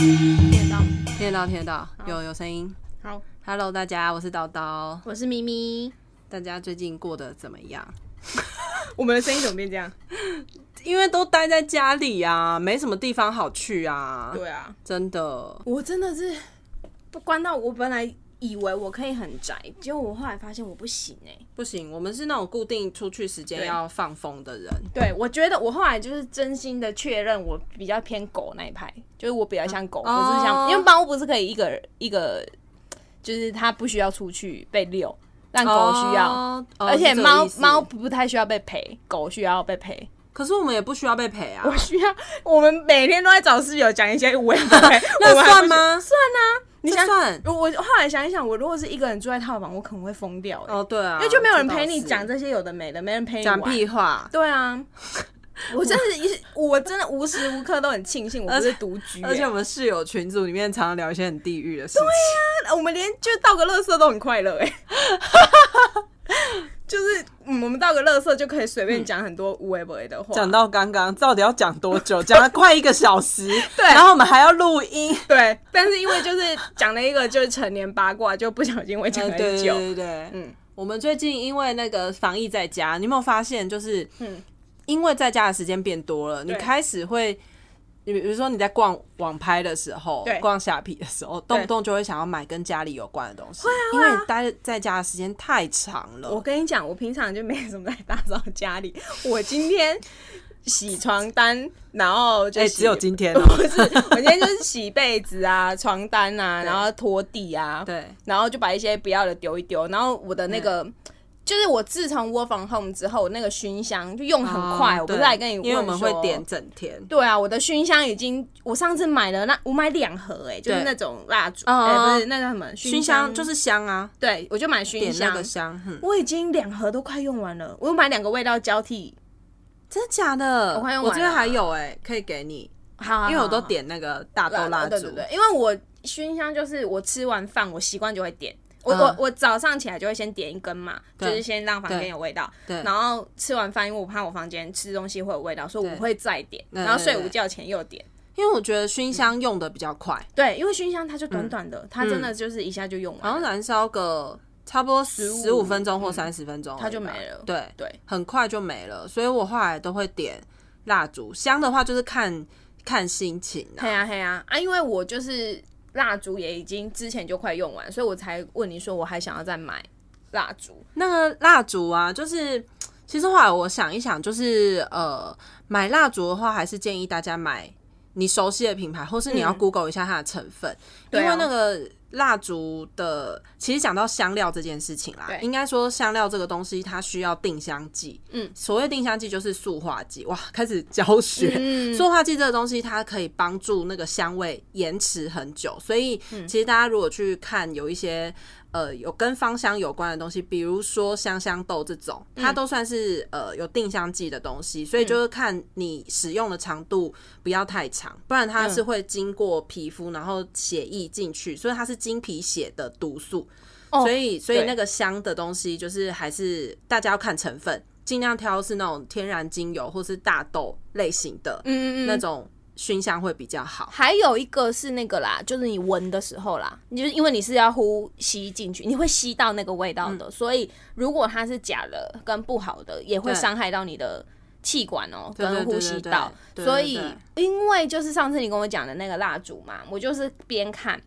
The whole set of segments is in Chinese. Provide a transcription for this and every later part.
听得到。听得到，听得到，有有声音。好， Hello，大家，我是叨叨。我是咪咪。大家最近过得怎么样？ 我们的声音怎么变这样？ 因为都待在家里啊，没什么地方好去啊，对啊，真的。我真的是不关到我本来以为我可以很宅，结果我后来发现我不行哎、不行，我们是那种固定出去时间对要放风的人。对，我觉得我后来就是真心的确认，我比较偏狗那一派，就是我比较像狗，哦我是像，因为猫不是可以一个人一个，就是它不需要出去被遛，但狗需要，哦，哦而且是这个猫意思猫不太需要被陪，狗需要被陪。可是我们也不需要被陪啊。我需要，我们每天都在找室友讲一些无谓那 那算？吗？算啊，你想算。我我后来想一想，我如果是一个人住在套房，我可能会疯掉、欸，哦，对啊，因为就没有人陪你这倒讲是这些有的没的，没人陪你讲玩。屁话。对啊，我真的是一，我真的无时无刻都很庆幸我不是独居、欸，而且我们室友群组里面常常聊一些很地狱的事情。呃我们连就倒个垃圾都很 快乐哎、欸就是、嗯、我们倒个垃圾就可以随便讲很多无为不为的话，嗯讲到刚刚，到底要讲多久？讲了快一个小时， 对然后我们还要录音，对，但是因为就是讲了一个就是成年八卦，就不小心会讲呃很对久。对对对，嗯嗯，我们最近因为那个防疫在家，你有没有发现，就是嗯因为在家的时间变多了，你对开始会。你比如说你在逛网拍的时候对，逛虾皮的时候，动不动就会想要买跟家里有关的东西，因为你待在家的时间太长了。啊我跟你讲，我平常就没什么在打扫家里，我今天洗床单，然后就哎、洗只有今天、 哦，不是，我今天就是洗被子啊、 床单啊，然后拖地啊，对，嗯然后就把一些不要的丢一丢。然后我的那个，就是我自从 work from home 之后，我那个熏香就用很快。哦我不是对还跟你问因为我们会说点。整天，对啊，我的熏香已经，我上次买了那我买两盒哎、就是对那种蜡烛，哦哎、不是那个什么熏香香就是是香啊，对，我就买熏点那香个，香，哼、我已经两盒都快用完了，我又买两个味道交替，真的假的？我快用我完这边了还有哎、可以给你，好因为我都点那个大豆蜡烛。哦对对对，因为我熏香就是我吃完饭，我习惯就会点。我、嗯我我早上起来就会先点一根嘛，就对是先让房间有味道。对然后吃完饭，因为我怕我房间吃东西会有味道，所以我对会再点。对然后对睡对午觉前又点。因为我觉得嗯熏香用的比较快，对，因为熏香它就短短的，嗯它真的就是一下就用然完后了。燃烧个差不多15十五分钟或嗯三十分钟而已吧，它就没了对，对，很快就没了，所以我后来都会点蜡烛。香的话就是看看心情啊。嘿呀嘿呀啊！因为我就是蜡烛也已经之前就快用完，所以我才问你说我还想要再买蜡烛。那个蜡烛啊，就是其实后来我想一想，就是呃，买蜡烛的话，还是建议大家买你熟悉的品牌，或是你要嗯 Google 一下它的成分，对啊因为那个蜡烛的，其实讲到香料这件事情啦对，应该说香料这个东西它需要定香剂，嗯，所谓定香剂就是塑化剂，哇，开始教学，嗯塑化剂这个东西，它可以帮助那个香味延迟很久，所以嗯其实大家如果去看有一些呃有跟芳香有关的东西，比如说香香豆这种，嗯它都算是呃有定香剂的东西，所以就是看你使用的长度不要太长，不然它是会经过皮肤然后血液进去，所以它是经皮血的毒素，哦所以所以对那个香的东西就是还是大家要看成分。尽量挑是那种天然精油或是大豆类型的，嗯嗯嗯，那种熏香会比较好。还有一个是那个啦，就是你闻的时候啦，你就是因为你是要呼吸进去，你会吸到那个味道嗯的，所以如果它是假的跟不好的，也会对伤害到你的气管哦、对跟对呼对吸对道。对对所对以因为就是上次你跟我讲的那个蜡烛嘛，我就是边看。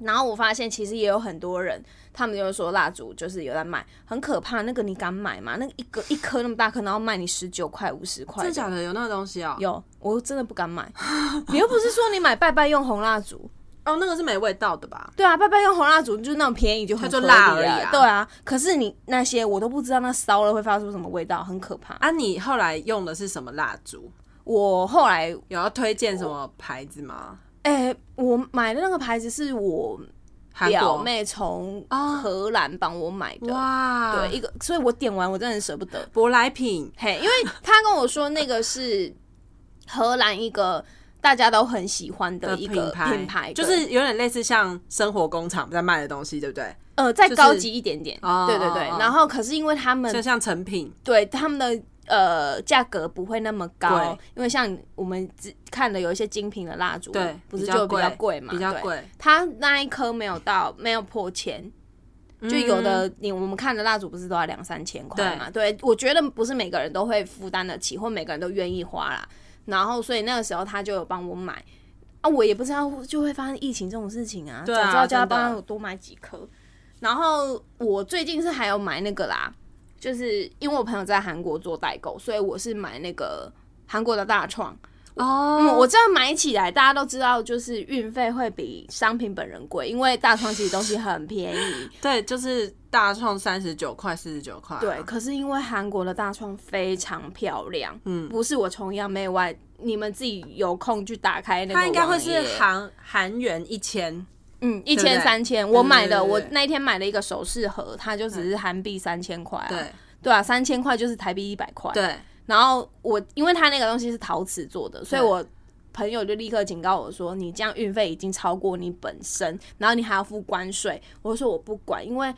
然后我发现其实也有很多人，他们就是说蜡烛就是有在卖，很可怕。那个你敢买吗？那个一个一颗那么大颗，然后卖你十九块、五十块真的的，假的？有那个东西哦、有，我真的不敢买。 你又不是说你买拜拜用红蜡烛？哦，那个是没味道的吧？对啊，拜拜用红蜡烛就是那种便宜就很它就合蜡而理已啊对啊，可是你那些我都不知道那烧了会发出什么味道，很可怕。啊，你后来用的是什么蜡烛？我后来，有要推荐什么牌子吗？哎、我买的那个牌子是我韩表国妹从哦荷兰帮我买的，哇，对，，一个，所以我点完我真的很舍不得。舶来品嘿，因为他跟我说那个是荷兰一个大家都很喜欢的的一个牌，品牌，就对是有点类似像生活工厂在卖的东西，对不对？呃，再就是高级一点点，哦对对对。哦哦然后可是因为他们就像成品，对他们的呃价格不会那么高对，因为像我们只看的有一些精品的蜡烛，对不是比较就比较贵贵嘛，比较对贵，它那一颗没有到没有破千，嗯就有的你我们看的蜡烛不是都要两三千块嘛？对，我觉得不是每个人都会负担得起，或每个人都愿意花啦。然后所以那个时候他就有帮我买啊，我也不知道就会发生疫情这种事情啊，对啊早知道就真要的帮我多买几颗。然后我最近是还有买那个啦，就是因为我朋友在韩国做代购，所以我是买那个韩国的大创。哦，嗯，我这样买起来，大家都知道，就是运费会比商品本人贵，因为大创其实东西很便宜。对，就是大创三十九块、四十九块啊，对，可是因为韩国的大创非常漂亮，嗯不是我崇洋媚外，你们自己有空去打开那个它网页。应该会是韩韩元一千，嗯一对千不对三千，我买的对对我对那一天买了一个首饰盒，它就只是韩币三千块啊，对对啊，三千块就是台币一百块，对，然后我因为它那个东西是陶瓷做的，所以对我朋友就立刻警告我说：“你这样运费已经超过你本身，然后你还要付关税。”我就说：“我不管，因为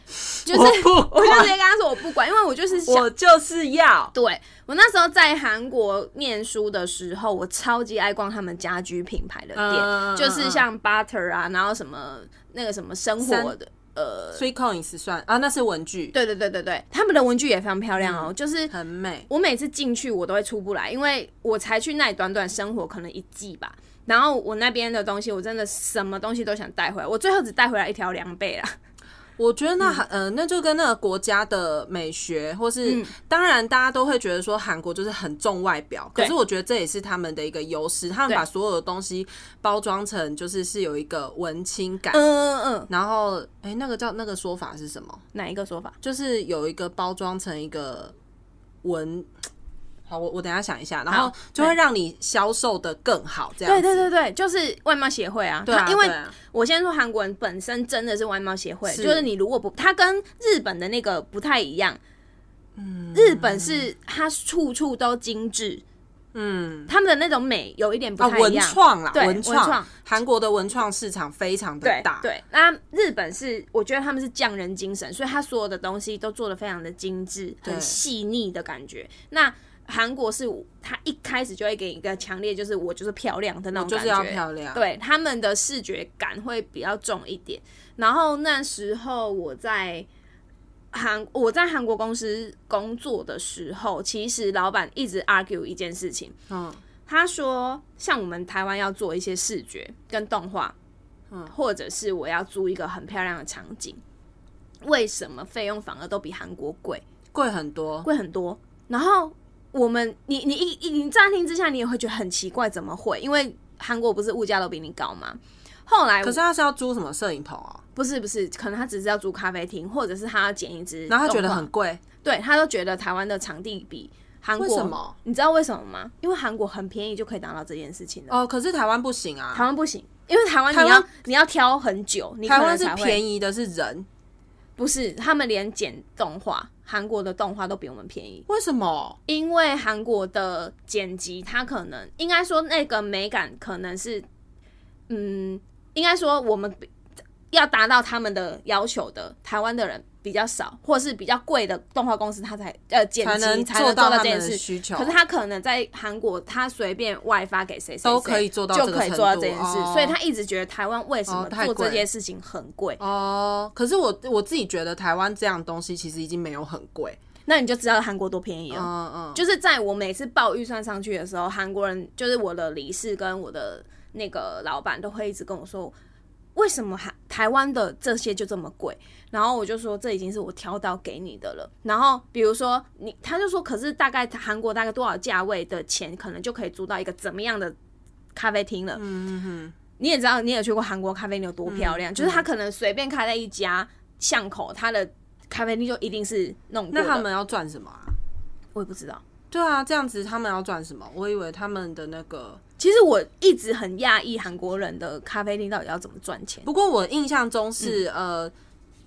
就是我不我就直管接跟他说我不管，因为我就是想。”我就是要，对我那时候在韩国念书的时候，我超级爱逛他们家居品牌的店，嗯嗯嗯就是像 Butter 啊，然后什么那个什么生活三的，呃， Three Coins 算啊，那是文具，对对对对对，他们的文具也非常漂亮哦，就是嗯很美，我每次进去我都会出不来，因为我才去那里短短生活可能一季吧。然后我那边的东西，我真的什么东西都想带回来，我最后只带回来一条凉被啦。我觉得嗯那韩、呃，那就跟那个国家的美学，或嗯是、当然大家都会觉得说韩国就是很重外表，对可是我觉得这也是他们的一个优势，他们对把所有的东西包装成就是是有一个文青感。嗯嗯嗯，然后，哎、那个叫那个说法是什么？哪一个说法？就是有一个包装成一个文，好，我我等一下想一下，然后好就会让你销售的更好，这样对子对啊对对，就是外贸协会啊，对啊他因为对啊我先说韩国人本身真的是外贸协会，是就是你如果不，它跟日本的那个不太一样。日本是它处处都精致，嗯他们的那种美有一点不啊，太一文样。创啦，对文文创创，韩国的文创市场非常的对大，对，那日本是我觉得他们是匠人精神，所以他所有的东西都做的非常的精致，很对细腻的感觉。那韩国是他一开始就会给你一个强烈，就是我就是漂亮的那种就感是觉，要漂亮，对他们的视觉感会比较重一点。然后那时候我在韩我在韩国公司工作的时候，其实老板一直 argue 一件事情，嗯，他说，像我们台湾要做一些视觉跟动画，嗯，或者是我要租一个很漂亮的场景，为什么费用反而都比韩国贵贵很多。贵很多？然后我们，你你一一你乍听之下，你也会觉得很奇怪，怎么会？因为韩国不是物价都比你高吗？后来我可是他是要租什么摄影棚哦，不是不是，可能他只是要租咖啡厅，或者是他要剪一支动然画，后他觉得很贵，对，他都觉得台湾的场地比韩国为什么？你知道为什么吗？因为韩国很便宜就可以达到这件事情了。哦，可是台湾不行啊台，湾不行，因为台湾你台要湾你要挑很久，你可台能湾是才会便宜的是人，不是他们连剪动画，韩国的动画都比我们便宜，为什么？因为韩国的剪辑它可能应该说那个美感可能是，嗯，应该说我们比要达到他们的要求的台湾的人比较少，或是比较贵的动画公司，它才呃剪才辑能才能做到到他这们件的事。需求？可是他可能在韩国，他随便外发给谁谁谁都可以做到就这个可以做到这件程事，度哦所以他一直觉得台湾为什么哦太做贵这件事情很贵，哦，可是我我自己觉得台湾这样东西其实已经没有很贵，那你就知道韩国多便宜了。嗯嗯，就是在我每次报预算上去的时候，韩国人就是我的理事跟我的那个老板都会一直跟我说，为什么韩台湾的这些就这么贵？然后我就说这已经是我挑到给你的了。然后比如说你，他就说可是大概韩国大概多少价位的钱，可能就可以租到一个怎么样的咖啡厅了。嗯你也知道，你也去过韩国咖啡厅有嗯多漂亮，就是他可能随便开在一家巷口，他的咖啡厅就一定是弄过那的。他们要赚什么啊？我也不知道。对啊，这样子他们要赚什么？我以为他们的那个，其实我一直很讶异韩国人的咖啡厅到底要怎么赚钱。不过我印象中是、呃，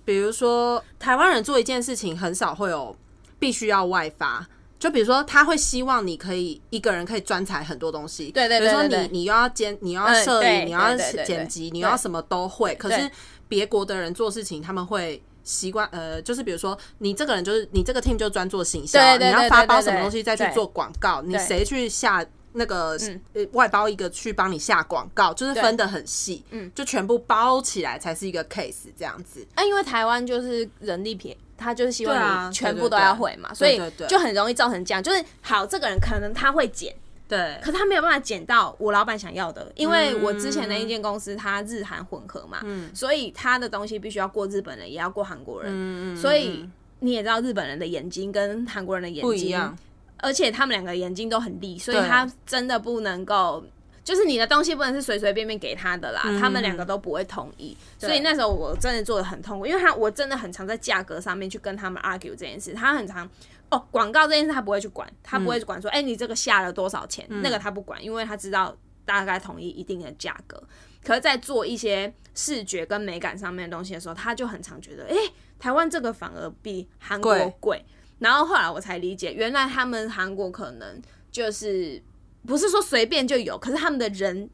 比如说台湾人做一件事情很少会有必须要外发。就比如说，他会希望你可以一个人可以专采很多东西，对对对对比如对说你你又要剪，你又要嗯摄对影，你又要对对对对剪辑，对你又要什么都会。可对是别国的人做事情，他们会习惯，呃，就是比如说你这个人就是你这个 team 就专做行销，对对对你要发包对对对什么东西再去对做广告，你对嗯谁去下那个、呃外包一个去帮你下广告，就是分得很细，嗯，就全部包起来才是一个 case 这样子。啊，因为台湾就是人力便宜，他就是希对啊望你全部对对都对要会嘛，对对所对以就很容易造成这样，就是好，这个人可能他会剪，对可他没有办法剪到我老板想要的，因为我之前的一间公司它日韩混合嘛，嗯所以他的东西必须要过日本人，也要过韩国人，嗯所以你也知道日本人的眼睛跟韩国人的眼睛不一样，而且他们两个眼睛都很利，所以对他真的不能够，就是你的东西不能是随随便便给他的啦，他们两个都不会同意，所以那时候我真的做的很痛苦，因为他我真的很常在价格上面去跟他们 argue 这件事，他很常。哦，广告这件事他不会去管，他不会去管说，哎、你这个下了多少钱，那个他不管，因为他知道大概统一一定的价格。可是，在做一些视觉跟美感上面的东西的时候，他就很常觉得，哎、台湾这个反而比韩国贵贵。然后后来我才理解，原来他们韩国可能就是不是说随便就有，可是他们的人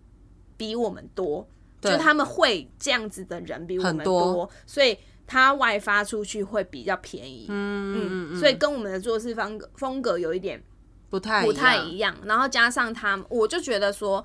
比我们多，就对他们会这样子的人比我们很多所以它外发出去会比较便宜。嗯嗯，所以跟我们的做事方格风格有一点不太不太样一样。然后加上他们，我就觉得说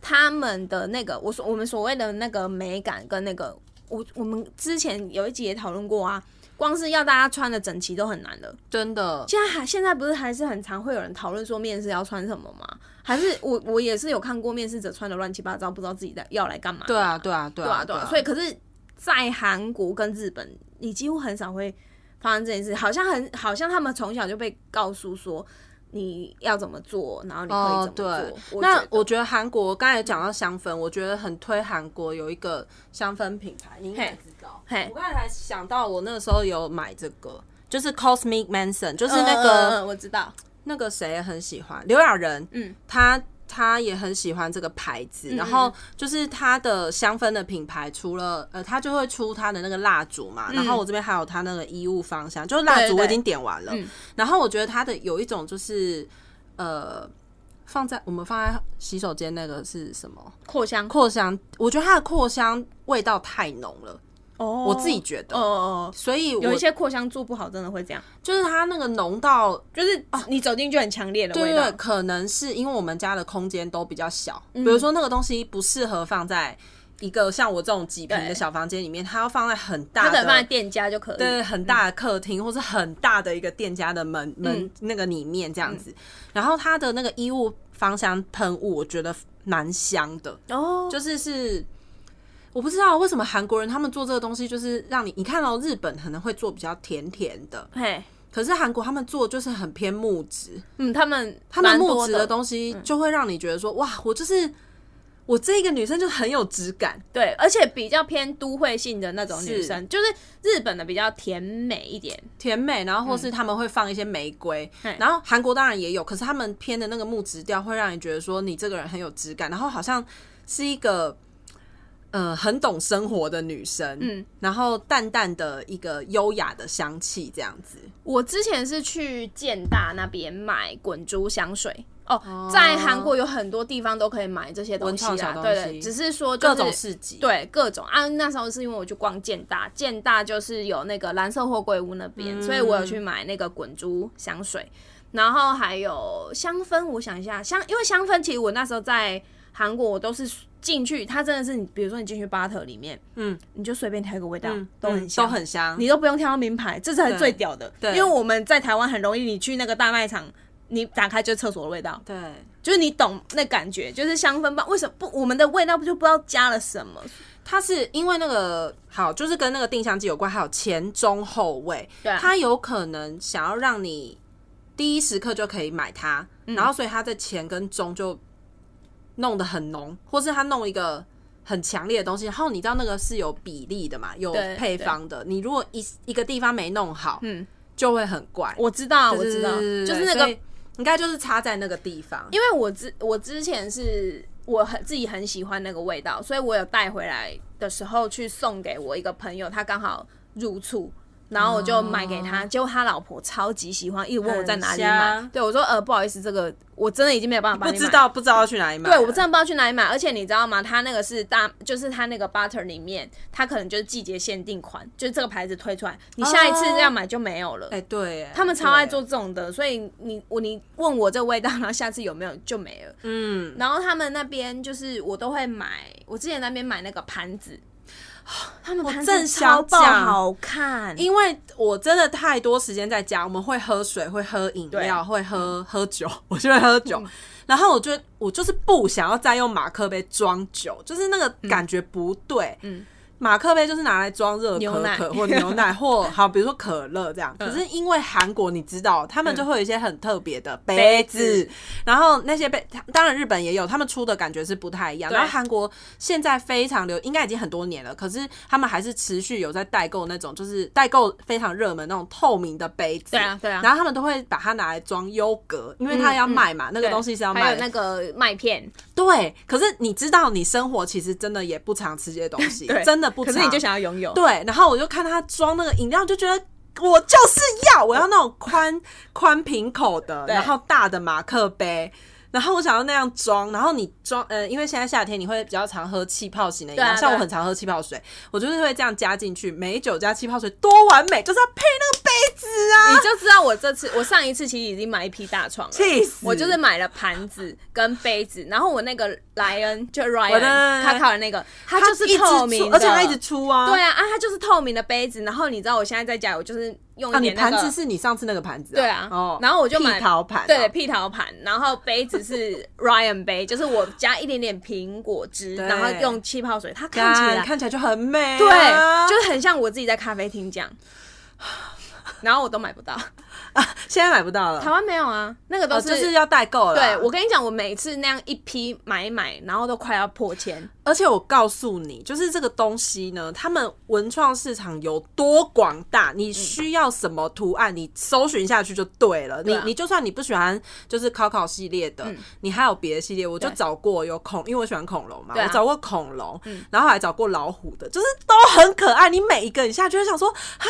他们的那个，我所我们所谓的那个美感跟那个，我我们之前有一集也讨论过啊，光是要大家穿的整齐都很难了。真的，现在还现在不是还是很常会有人讨论说面试要穿什么吗？还是我我也是有看过面试者穿的乱七八糟，不知道自己在要来干嘛。对啊，对啊，对对啊，啊，对啊，所以可是，在韩国跟日本，你几乎很少会发生这件事，好像很好像他们从小就被告诉说你要怎么做，然后你可以哦，怎对么做。那我我觉得韩国刚才讲到香氛，我觉得很推韩国有一个香氛品牌，你应该嘿知道。嘿我刚才才想到，我那个时候有买这个，就是 Cosmic Mansion，就是觉得那个、嗯嗯嗯我知道，那个谁也很喜欢刘亚仁，嗯，他他也很喜欢这个牌子，然后就是他的香氛的品牌，除了呃，他就会出他的那个蜡烛嘛，然后我这边还有他那个衣物芳香，就是蜡嗯对对嗯烛我已对经点完了，然后我觉得他的有一种就是呃。放在我们放在洗手间那个是什么扩香，扩香？我觉得它的扩香味道太浓了，哦，我自己觉哦得，哦，哦所以我有一些扩香做不好，真的会这样，就是它那个浓到就是你走进去很强烈的味对道嗯对，。可能是因为我们家的空间都比较小，比如说那个东西不适合放在一个像我这种几平的对小房间里面，它要放在很大的，它可能放在店家就可以，对很大的客厅、或是很大的一个店家的门门、嗯那个里面这样子。然后它的那个衣物芳香喷雾，我觉得蛮香的，哦，就就是是。我不知道为什么韩国人他们做这个东西，就是让你你看到、日本可能会做比较甜甜的，嘿，可是韩国他们做就是很偏木质，嗯，他们他们蛮木多嗯质的东西就会让你觉得说，哇，我就是我这个女生就很有质感，对，而且比较偏都会性的那种女是生，就是日本的比较甜美一点，甜美，然后或是他们会放一些玫瑰，嗯然后韩国当然也有，可是他们偏的那个木质调会让你觉得说你这个人很有质感，然后好像是一个。呃，很懂生活的女生，嗯，然后淡淡的一个优雅的香气，这样子，我之前是去建大那边买滚珠香水哦，在韩国有很多地方都可以买这些东西文创小啦，东西对对，只是说、就是、各种市集，对各种啊，那时候是因为我去逛建大，建大就是有那个蓝色货柜屋那边，所以我嗯有去买那个滚珠香水，然后还有香氛，我想一下香，因为香氛其实我那时候在韩国我都是进去，它真的是你，比如说你进去巴特里面，嗯，你就随便挑一个味道、都很香，嗯都很香，你都不用挑名牌，这才是最屌的。对因为我们在台湾很容易，你去那个大卖场，你打开就是厕所的味道，对，就是你懂那感觉，就是香氛棒。为什么不？我们的味道不就不知道加了什么？它是因为那个好，就是跟那个定香剂有关，还有前中后味，对啊它有可能想要让你第一时刻就可以买它，嗯然后所以它在前跟中就弄得很浓，或是它弄一个很强烈的东西，然后你知道那个是有比例的嘛，有对配方的，你如果一一个地方没弄好，嗯，就会很怪，我知道，啊我对知道，对对对就是那所个以应该就是插在那个地方，因为我之我之前是我很自己很喜欢那个味道，所以我有带回来的时候去送给我一个朋友，他刚好入厝。然后我就买给他，结果他老婆超级喜欢，一直问我在哪里哦很买香。对我说呃不好意思，这个我真的已经没有办法帮不你买知道不知道要去哪里买。对我真的不知道去哪里买，而且你知道吗？它那个是大，就是它那个 butter 里面，它可能就是季节限定款，就是这个牌子推出来，你下一次哦要买就没有了。哎、对，他们超爱做对，这种的，所以你我你问我这味道，然后下次有没有就没了。嗯，然后他们那边就是我都会买，我之前那边买那个盘子，他们盘哦正子想超爆讲好看，因为我真的太多时间在家，我们会喝水，会喝饮料，会嗯喝喝酒，我就会喝酒。然后我就我就是不想要再用马克杯装酒，就是那个感觉不对。嗯马克杯就是拿来装热牛可奶嗯可或牛 奶或好，比如说可乐这样。可是因为韩国你知道，他们就会有一些很特别的杯杯子，然后那些杯，当然日本也有，他们出的感觉是不太一样。对然后韩国现在非常流，应该已经很多年了，可是他们还是持续有在代购那种，就是代购非常热门那种透明的杯子。对啊对啊然后他们都会把它拿来装优格，因为它要卖嘛，那个对东西是要还卖有的。那个麦片，对，可是你知道，你生活其实真的也不常吃这些东 西，真的不可常。是你就想要拥有，对，然后我就看他装那个饮料，就觉得我就是要，我要那种宽宽瓶口的，对然后大的马克杯。然后我想要那样装，然后你装，呃，因为现在夏天你会比较常喝气泡型的饮料，对啊像对我啊很常喝气泡水，我就是会这样加进去，美酒加气泡水多完美，就是要配那个杯子啊，你就知道我这次，我上一次其实已经买一批大床了，气死！我就是买了盘子跟杯子，然后我那个莱恩就我的 Ryan 他考的那个，它它就是一直透出明的，而且它一直出啊，对啊啊，它就是透明的杯子。然后你知道我现在在家，我就是用啊，一你点那盘个，子是你上次那个盘子、对啊，哦，然后我就蜜买桃盘、啊，对屁桃盘，然后杯子是 Ryan 杯，就是我加一点点苹果汁，对然后用气泡水，它看起干，来看起来就很美、啊，对，就是很像我自己在咖啡厅这样。 然后我都买 不到，现在买不到了，台湾没有啊，那个都哦，是、就是要代购了。对，我跟你讲，我每次那样一批买一买，然后都快要破千。而且我告诉你，就是这个东西呢，他们文创市场有多广大，嗯你需要什么图案，你搜寻下去就对了。对啊你嗯你就算你不喜欢就是考考系列的，你还有别的系列，我就对找过有恐，因为我喜欢恐龙嘛，对啊嗯我找过恐龙，然后还找过老虎的，就是都很可爱。你每一个你下去就想说，哈，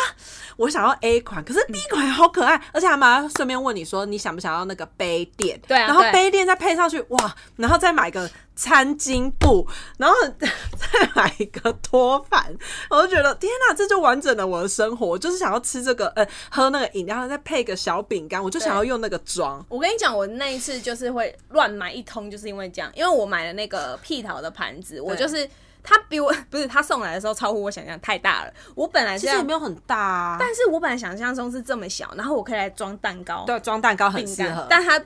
我想要 A 款，可是嗯 B 款好可爱，而且还蛮顺便问你说你想不想要那个杯垫，对啊然后对杯哎垫再配上去，哇，然后再买个餐巾布，然后 再买一个托盘，我就觉得天哪、这就完整了我的生活。我就是想要吃这个，呃，喝那个饮料，再配个小饼干，我就想要用那个装。我跟你讲，我那一次就是会乱买一通，就是因为这样，因为我买了那个屁桃的盘子，我就是它比我不是它送来的时候超乎我想象，太大了。我本来是其实要也没有很大啊，但是我本来想象中是这么小，然后我可以来装蛋糕、对，装蛋糕很饼适合干，，但它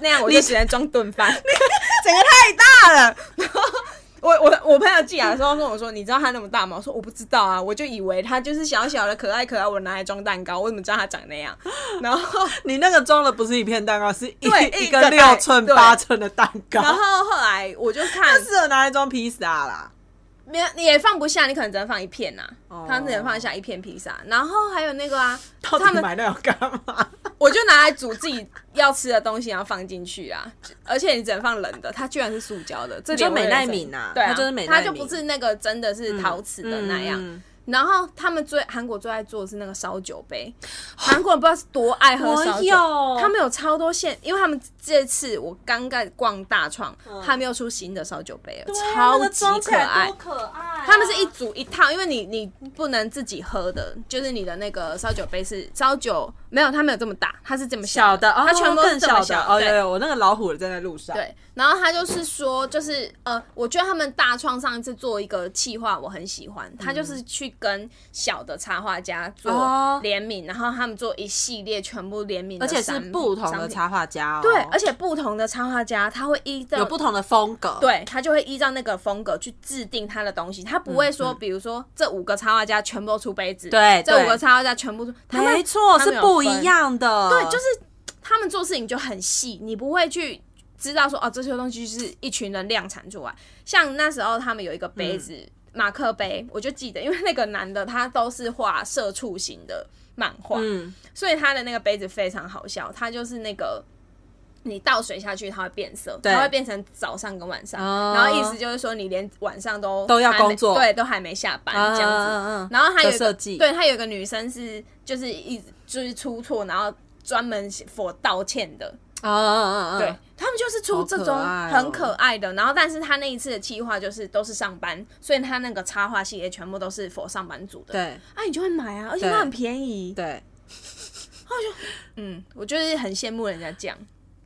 那样我就只能装炖 饭，整个太大了。我我我朋友寄来的时候跟我说，你知道它那么大吗？我说我不知道啊，我就以为它就是小小的可爱可爱，我拿来装蛋糕，我怎么知道它长那样？然 后你那个装的不是一片蛋糕，是一 对一一个个六蛋寸、对八寸的蛋然糕，后后来我就看它，适合拿来装披萨啦。没有也放不下，你可能只能放一片呐、啊哦它只能放下一片披萨。然后还有那个啊，到他底们买那个干嘛？我就拿来煮自己要吃的东西，然后放进去啊。而且你只能放冷的，它居然是塑胶的，这就点我也美奈是敏啊对啊，它就是美奈它敏就不是那个真的是陶瓷的那样。嗯然后他们最韩国最爱做的是那个烧酒杯，韩国人不知道是多爱喝烧酒我有，他们有超多现，因为他们这次我刚在逛大创，嗯他们又出新的烧酒杯了，啊超级可爱。可爱、啊他们是一组一套，因为你你不能自己喝的，就是你的那个烧酒杯是烧酒没有，它没有这么大，它是这么小的，的，哦、它全部都更是这么小小的。哦，对有有，我那个老虎正在路上。，对，然后他就是说，就是呃，我觉得他们大创上一次做一个企划，我很喜嗯欢，他就是去跟小的插画家哦做联名，然后他们做一系列全部联名的而且商是品不同的商品插画家、哦，对，而且不同的插画家他会依照有不同的风格。，对他就会依照那个风格去制定他的东西，他不会说，比如说这五个插画家全部都出杯子，嗯对这对五个插画家全部出，他们没错，他是们有不分一样的。对，就是他们做事情就很细，你不会去知道说哦，这些东西是一群人量产出来。像那时候他们有一个杯子、嗯马克杯，我就记得，因为那个男的他都是画社畜型的漫画，嗯，所以他的那个杯子非常好笑，他就是那个。你倒水下去，它会变色，对它会变成早上跟晚上。哦然后意思就是说，你连晚上都都要还没工作对，都还没下班这样子。嗯嗯嗯嗯然后还有一的设个计对，他有一个女生是就是一直就是出错，然后专门 for 道歉的。啊啊啊！对他们就是出这好种可爱哦很可爱的，然后但是他那一次的计划就是都是上班，所以他那个插画系列全部都是 for 上班族的。，对啊，你就会买啊，而且它很便宜。对，嗯，我就是很羡慕人家这样。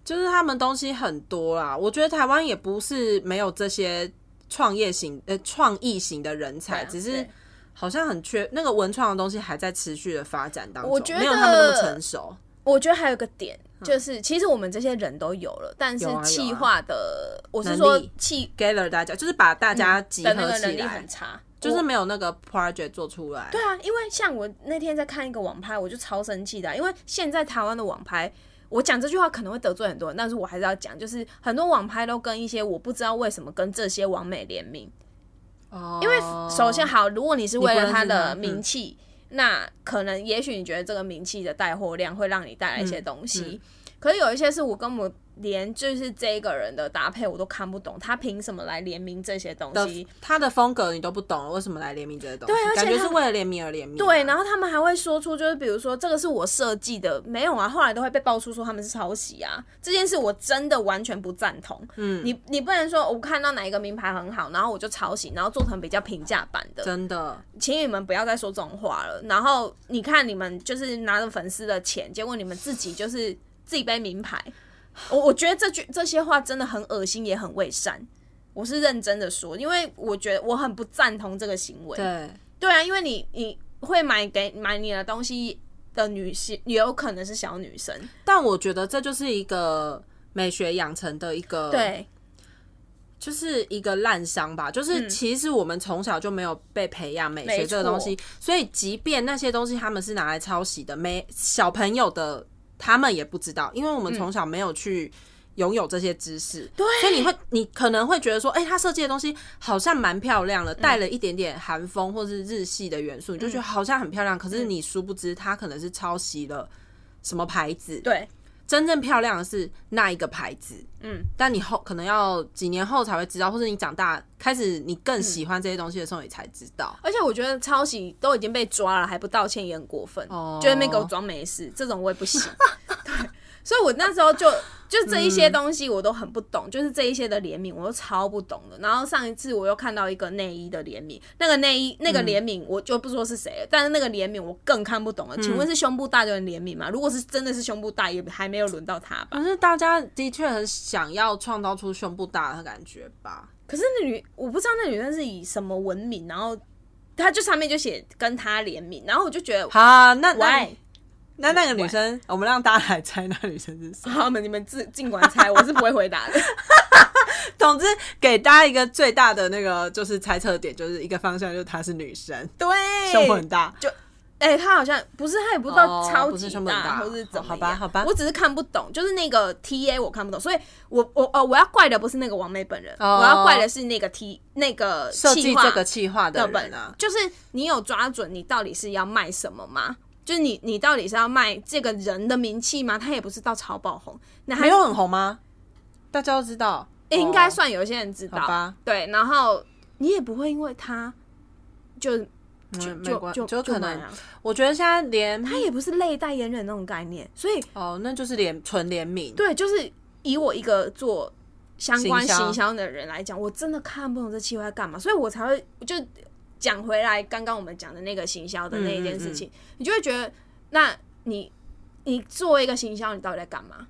就是他们东西很多啦。我觉得台湾也不是没有这些创业型呃创意型的人才，对啊只是对好像很缺那个文创的东西还在持续的发展当中，我觉得没有他们那么成熟。我觉得还有个点就是，其实我们这些人都有了，但嗯是有啊有啊气化的，我是能说力气 gather 大家就是把大家集嗯的那合个能起力来很，差，就是没有那个 project 做出来。对啊，因为像我那天在看一个网拍，我就超生气的啊、因为现在台湾的网拍，我讲这句话可能会得罪很多人，但是我还是要讲，就是很多网拍都跟一些我不知道为什么跟这些网美联名，哦，因为首先好，如果你是为了他你不认识他的嗯名气，那可能也许你觉得这个名气的带货量会让你带来一嗯些东西，可是有一些是我根本连就是这个人的搭配我都看不懂，他凭什么来联名这些东西？他的风格你都不懂，为什么来联名这些东西？对而且感觉他是为了联名而联名啊。对，然后他们还会说出，就是比如说这个是我设计的，没有啊，后来都会被爆出说他们是抄袭啊，这件事我真的完全不赞同。嗯，你你不能说我看到哪一个名牌很好，然后我就抄袭，然后做成比较平价版的，真的请你们不要再说这种话了。然后你看你们就是拿着粉丝的钱，结果你们自己就是自己背名牌，我我觉得这句这些话真的很恶心，也很伪善。我是认真的说，因为我觉得我很不赞同这个行为。对，对啊，因为你你会买给买你的东西的女性，也有可能是小女生，但我觉得这就是一个美学养成的一个，，对就是一个烂伤吧。就是其实我们从小就没有被培养美学嗯没这个错东西，所以即便那些东西他们是拿来抄袭的，没小朋友的他们也不知道，因为嗯我们从小没有去。拥有这些知识，对，所以你会，你可能会觉得说，哎、他设计的东西好像蛮漂亮嗯的，带了一点点韩风或是日系的元素，你就觉得好像很漂亮。可嗯是你殊不知，他可能是抄袭了什么牌子，对真正漂亮的是那一个牌子，嗯，但你后可能要几年后才会知道，或者你长大开始你更喜欢这些东西的时候，你才知道。而且我觉得抄袭都已经被抓了，还不道歉也很过分，哦就在那边给我装没事，这种我也不行。 对，所以我那时候就就这一些东西我都很不懂，就是这一些的联名我都超不懂的。然后上一次我又看到一个内衣的联名，那个内衣那个联名我就不说是谁了，但是那个联名我更看不懂了。请问是胸部大就能联名吗？如果是真的是胸部大，也还没有轮到他吧？可是大家的确很想要创造出胸部大的感觉吧？可是那女，我不知道那女生是以什么闻名，然后她就上面就写跟她联名，然后我就觉得好、啊，那那 why？那那个女生，我们让大家来猜那女生是谁。好，们你们自尽管猜，我是不会回答的。 总之，给大家一个最大的那个就是猜测点，就是一个方向，就是她是女生，对，胸部很大。哎、她好像不是，她也不知道哦超不是级胸部很大或是怎么样好吧好吧我只是看不懂，就是那个 T A 我看不懂，所以我我哦，我要怪的不是那个王妹本人，哦我要怪的是那个 T 那个设计企划这个企划的的本人啊，就是你有抓准你到底是要卖什么吗？就是你你到底是要卖这个人的名气吗？他也不是到超爆红，那还没有很红吗？大家都知道，应该哦算有些人知道，好吧对，然后你也不会因为他就就嗯没就关就就可能买啊我觉得现在连他也不是类代言人那种概念，所以哦，那就是联纯联名，对，就是以我一个做相关行销行销的人来讲，我真的看不懂这计划在干嘛，所以我才会就讲回来刚刚我们讲的那个行销的那一件事情，你就会觉得，那你你作为一个行销，你到底在干嘛？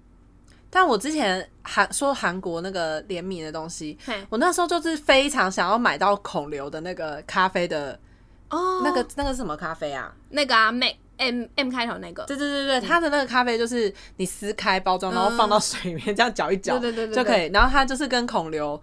但我之前韩说韩国那个联名的东西嘿，我那时候就是非常想要买到孔刘的那个咖啡的哦那个、那个是什么咖啡啊？那个啊，Mac M M 开头那个，对对嗯对对，它的那个咖啡就是你撕开包装，然后放到水里面、这样搅一搅， 对对对对就可以。然后它就是跟孔刘，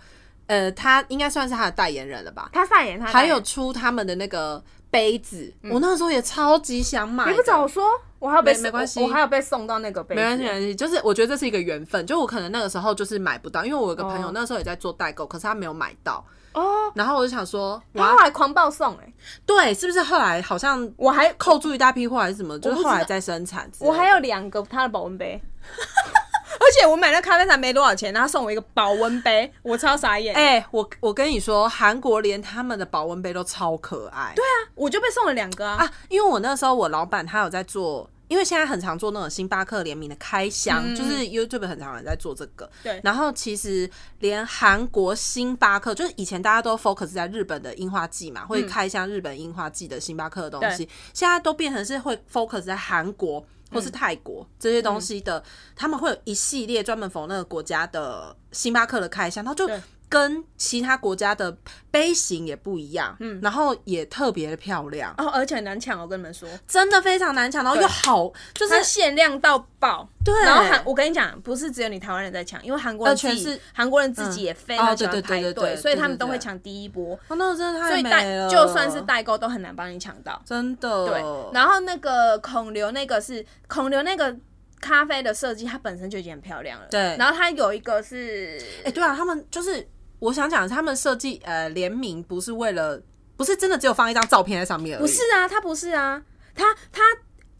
呃，他应该算是他的代言人了吧？他代言他还有出他们的那个杯子，我那时候也超级想买的，嗯你不早说，我还有被没没关系我我还有被送到那个杯子，没关系，没关系，就是我觉得这是一个缘分，就我可能那个时候就是买不到，因为我有个朋友哦那时候也在做代购，可是他没有买到，哦。然后我就想说，他哇后，来狂暴送哎、欸对，是不是后来好像我还扣住一大批货还是什么，就是知道后来再生产之类我的，还有两个他的保温杯，而且我买那咖啡茶没多少钱，然后他送我一个保温杯，我超傻眼。哎、我我跟你说，韩国连他们的保温杯都超可爱。对啊我就被送了两个啊，啊，因为我那时候我老板他有在做。因为现在很常做那种星巴克联名的开箱，就是 YouTube 很常有人在做这个。嗯对然后其实连韩国星巴克，就是以前大家都 focus 在日本的樱花季嗯嘛，会开箱日本樱花季的星巴克的东西，现在都变成是会 focus 在韩国嗯或是泰国、这些东西的，他们会有一系列专门否那个国家的星巴克的开箱，然后就对。跟其他国家的杯型也不一样，嗯，然后也特别的漂亮，哦，而且很难抢，我跟你们说，真的非常难抢，然后又好，就就是是限量到爆。对，然后韩，我跟你讲，不是只有你台湾人在抢，因为韩国人呃全自己是韩国人自己也非常哦喜欢对对对排对队，对所以他对们对都会对抢第一波，哦，那真的所太以美代了，就算是代购都很难帮你抢到。真的对，然后那个孔刘那个是孔刘那个咖啡的设计，它本身就已经很漂亮了。对然后它有一个是，哎、对啊，他们就是我想讲的是，他们设计呃联名不是为了，不是真的只有放一张照片在上面而已，不是啊，它不是啊，它它，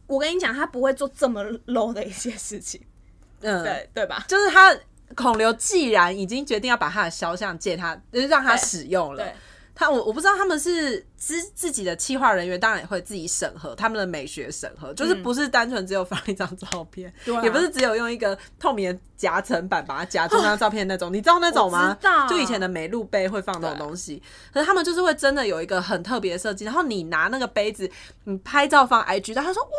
我跟你讲，它不会做这么 low 的一些事情， 嗯，对对吧？就是他孔刘既然已经决定要把他的肖像借他，就是让他使用了对。他我我不知道他们是自自己的企划人员，当然也会自己审核他们的美学审核，就是不是单纯只有放一张照片，对啊也不是只有用一个透明的夹层板把它夹住那张照片那种，你知道那种吗我知道？就以前的美露杯会放那种东西，可是他们就是会真的有一个很特别的设计，然后你拿那个杯子，你拍照放 IG，然后他说哇，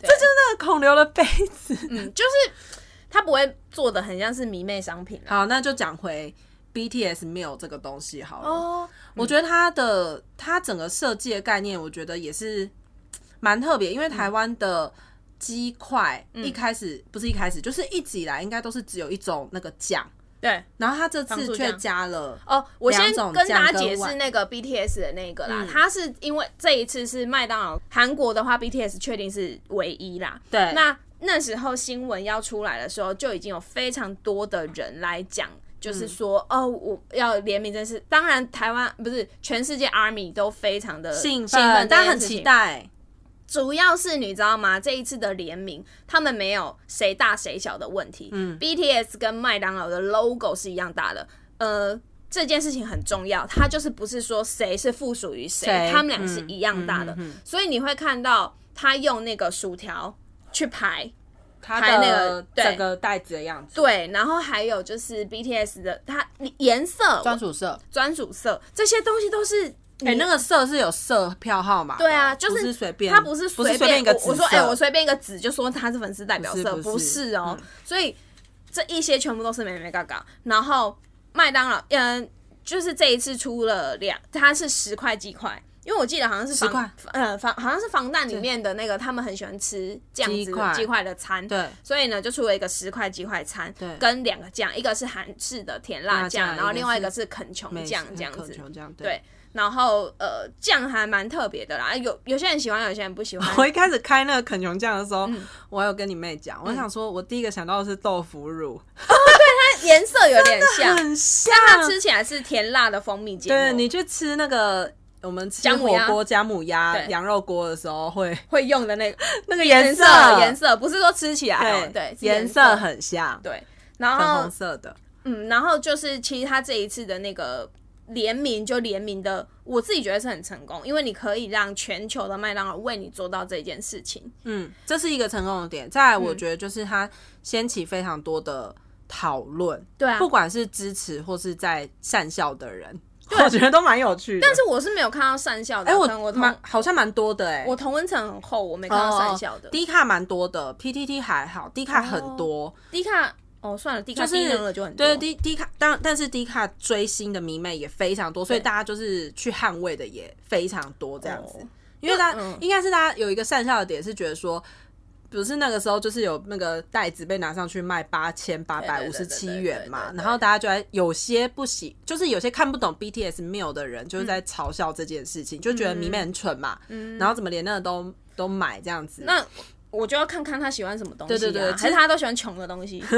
这就是那个孔刘的杯子，嗯，就是它不会做的很像是迷妹商品啊。好，那就讲回 BTS Meal 这个东西好了。哦，我觉得它的它整个设计的概念，我觉得也是嘖蛮特别，因为嗯台湾的鸡块一开始、不是一开始，就是一直以来应该都是只有一种那个酱，对，然后它这糖次醋却酱加了。哦，我先两种跟大酱家跟解释碗那个 BTS 的那个嗯啦，它是因为这一次是麦当劳，韩国的话 BTS 确定是唯一啦。对那那时候新闻要出来的时候，就已经有非常多的人来讲。嗯就是说，哦，我要联名这事。当然，台湾不是全世界 ARMY 都非常的兴奋奋，，大但家很期。待。主要是你知道吗？这一次的联名，他们没有谁大谁小的问题。嗯，BTS 跟麦当劳的 logo 是一样大的。呃，这件事情很重要，它就是不是说谁是附属于谁谁，嗯他们俩是一样大的。所以你会看到他用那个薯条去排，它拍的那个对整个袋子的样子，对，然后还有就是 BTS 的它颜色、专属色。专属色这些东西都是你。哎、那个色是有色票号码的，对啊，不就是随便，他不是不随随便一个我我紫说哎、色我随便一个纸就说他是粉丝代表色，不是嗯不不是是哦、所以这一些全部都是美美嘎嘎。然后麦当劳，嗯，就是这一次出了两，它是十块鸡块。因为我记得好像是10块防，呃，防好像是防弹里面的那个，他们很喜欢吃这样鸡子块的鸡块的餐，对所以呢就出了一个十块鸡块餐对，跟两个酱，一个是韩式的甜辣辣酱酱，然后一个另外一是个是肯琼美酱式这样可子，琼酱对对，然后呃酱还蛮特别的啦，有有些人喜欢，有些人不喜欢。 我一开始开那个肯琼酱的时候，嗯我还有跟你妹讲，我想说，我第一个想到的是豆腐 乳，颜色有点像，很 像。它吃起来是甜辣的蜂蜜芥末，对你去吃那个我们吃姜母火鸭锅姜母鸭、对羊肉锅的时候会，会用的那个 那个颜色颜色不是说吃起来哦，对对，是颜色色很像，对。然粉红后色的。嗯，然后就是其实他这一次的那个联名就联名的，我自己觉得是很成功，因为你可以让全球的麦当劳为你做到这件事情。嗯，这是一个成功的点。再来，嗯我觉得就是它掀起非常多的讨论，对啊不管是支持或是在善笑的人，我觉得都蛮有趣的。但是我是没有看到善笑的，哎、哎我我蛮哦同好像蛮多的哎、我同温层很厚，我没看到善哦笑的。低卡蛮多的，PTT 还好，低卡很多，迪卡哦，算了，迪卡就是低能了就很多。对低低卡，当但是低卡追星的迷妹也非常多，所以大家就是去捍卫的也非常多这样子。哦因为大家、嗯应该是大家有一个善笑的点是觉得说，不是那个时候就是有那个袋子被拿上去卖八千八百五十七元嘛对对对对对，对然后大家就在有些不喜，就是有些看不懂 BTS meal 的人就是嗯在嘲笑这件事情，就觉得迷妹很蠢嘛，然后怎么连那个都都买这样子。那我就要看看他喜欢什么东西、啊，对对对还是他都喜欢穷的东西？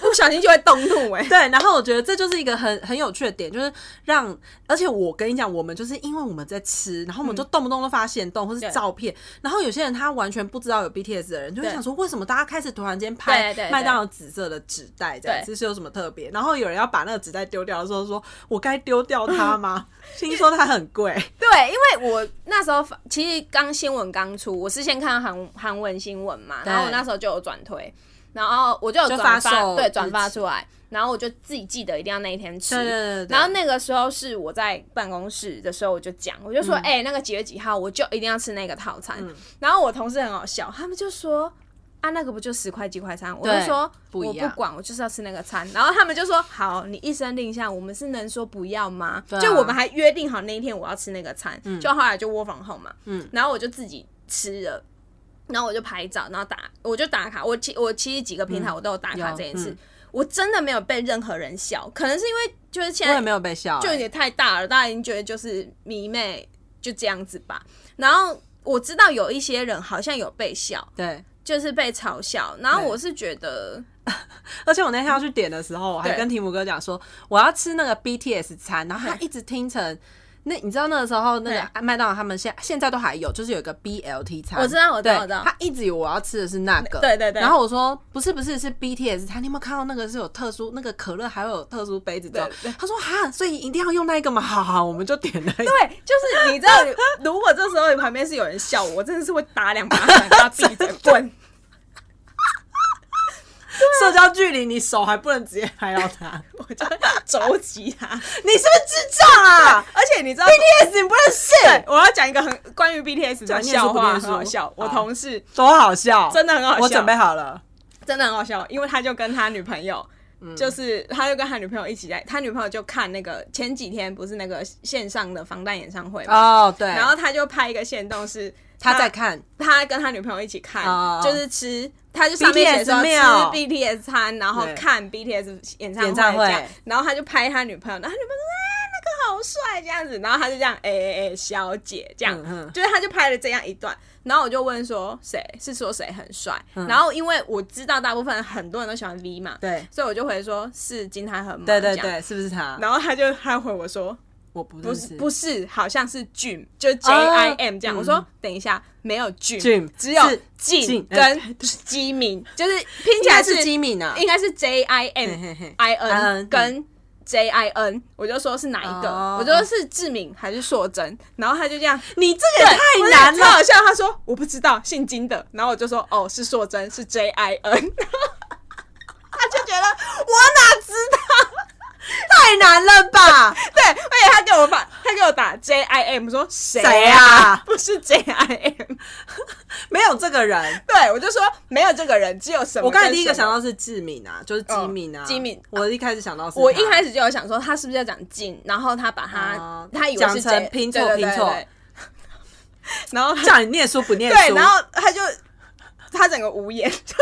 不小心就会动怒哎、对，然后我觉得这就是一个很很有趣的点，就是让，而且我跟你讲，我们就是因为我们在吃，然后我们就动不动都发现动或是嗯对照片，然后有些人他完全不知道有 BTS 的人，就会对想说为什么大家开始突然间拍对对对麦当劳紫色的纸袋这样对子是有什么特别？然后有人要把那个纸袋丢掉的时候说，我该丢掉它吗？ 听说它很贵，对，因为我那时候发其实刚新闻刚出，我是先看韩韩文新闻嘛，对然后我那时候就有转推，然后我就有就发转售对，日转发期出来，然后我就自己记得一定要那一天吃。对对对对对然后那个时候是我在办公室的时候，我就讲，我就说，嗯哎、那个几月几号，我就一定要吃那个套餐。然后我同事很好笑，他们就说。啊，那个不就十块几块餐？我就对说不一我不样管，我就是要吃那个餐。然后他们就说好，你一声令下，我们是能说不要吗？啊就我们还约定好那一天我要吃那个餐，就后来就窝房后嘛，嗯然后我就自己吃了。然后我就拍照，然后打，我就打卡。我其我其实几个平台我都有打卡有这件事，嗯我真的没有被任何人笑，可能是因为就是现我也在没有被笑、哎就有欸点太大了，大家已经觉得就是迷妹就这样子吧。然后我知道有一些人好像有被笑，对。就是被嘲笑。然后对我是觉得， 而且我那天要去点的时候，我还对跟提姆哥讲说我要吃那个 BTS 餐，然后他一直听成那你知道那个时候那个麦当劳他们现现在都还有，就是有一个 BLT 餐，我知道我知道对我知道他一直以为我要吃的是那个，对对对然后我说不是不是是 BTS 餐，你有没有看到那个是有特殊那个可乐还会有特殊杯子装对？他说哈，所以一定要用那一个嘛，好好，我们就点那一个。对，啊就是你知道，如果这时候你旁边是有人笑我，我真的是会打两巴掌，让他闭嘴滚。社交距离，你手还不能直接拍到 他，我就会肘击他。你是不是智障 啊而且你知道？BTS 你不认识，我要讲一个很关于 BTS 的讲念书笑不话，哦念很好书笑。我好同事多好笑，真的很好笑，我准备好了。真的很好笑，因为他就跟他女朋友，就是他就跟他女朋友一起在，他女朋友就看那个前几天不是那个线上的防弹演唱会嘛，哦，对，然后他就拍一个线动是他在看，他跟他女朋友一起看，哦就是吃，他就上面写说 BTS 吃面 BTS 餐，然后对看 BTS 演唱会演唱会这样，然后他就拍他女朋友，然后他女朋友说啊那个好帅这样子，然后他就这样哎哎哎小姐这样，嗯嗯就是他就拍了这样一段，然后我就问说谁是说谁很帅，然后因为我知道大部分很多人都喜欢 V 嘛，嗯对所以我就回说是金泰亨嘛，对对这样，对，是不是他？然后他就他回我说我不不认是识，不是，好像是 Jim，就 J I M 这嗯样。我说等一下，没有 Jim，, Jim，只有是 Jin，Jin 跟基敏，就是拼起应来该是是，机敏啊，应该是 J I 嘿 M 嘿嘿 I IN N 跟 J I N，我就说是哪一个，哦我就说是志敏还是硕珍，然后他就这样。你这个也太难超了，好笑！他说我不知道，姓金的，然后我就说哦，是硕珍，是 J I N，他就觉得我哪知道？太难了吧？对，而且他给我发，他给我打 J I M，说谁谁啊？啊 不是 J I M，没有这个人。对我就说没有这个人，只有什么。我刚才第一个想，到是志敏啊，就是机敏啊，哦机敏我一开始想到是他，我一开始就有想说他是不是要讲进，然后他把他、哦他以为讲是 J- 成拼错对对对拼错对 然后他叫你念书不念书，对，然后他就他整个无言， 就是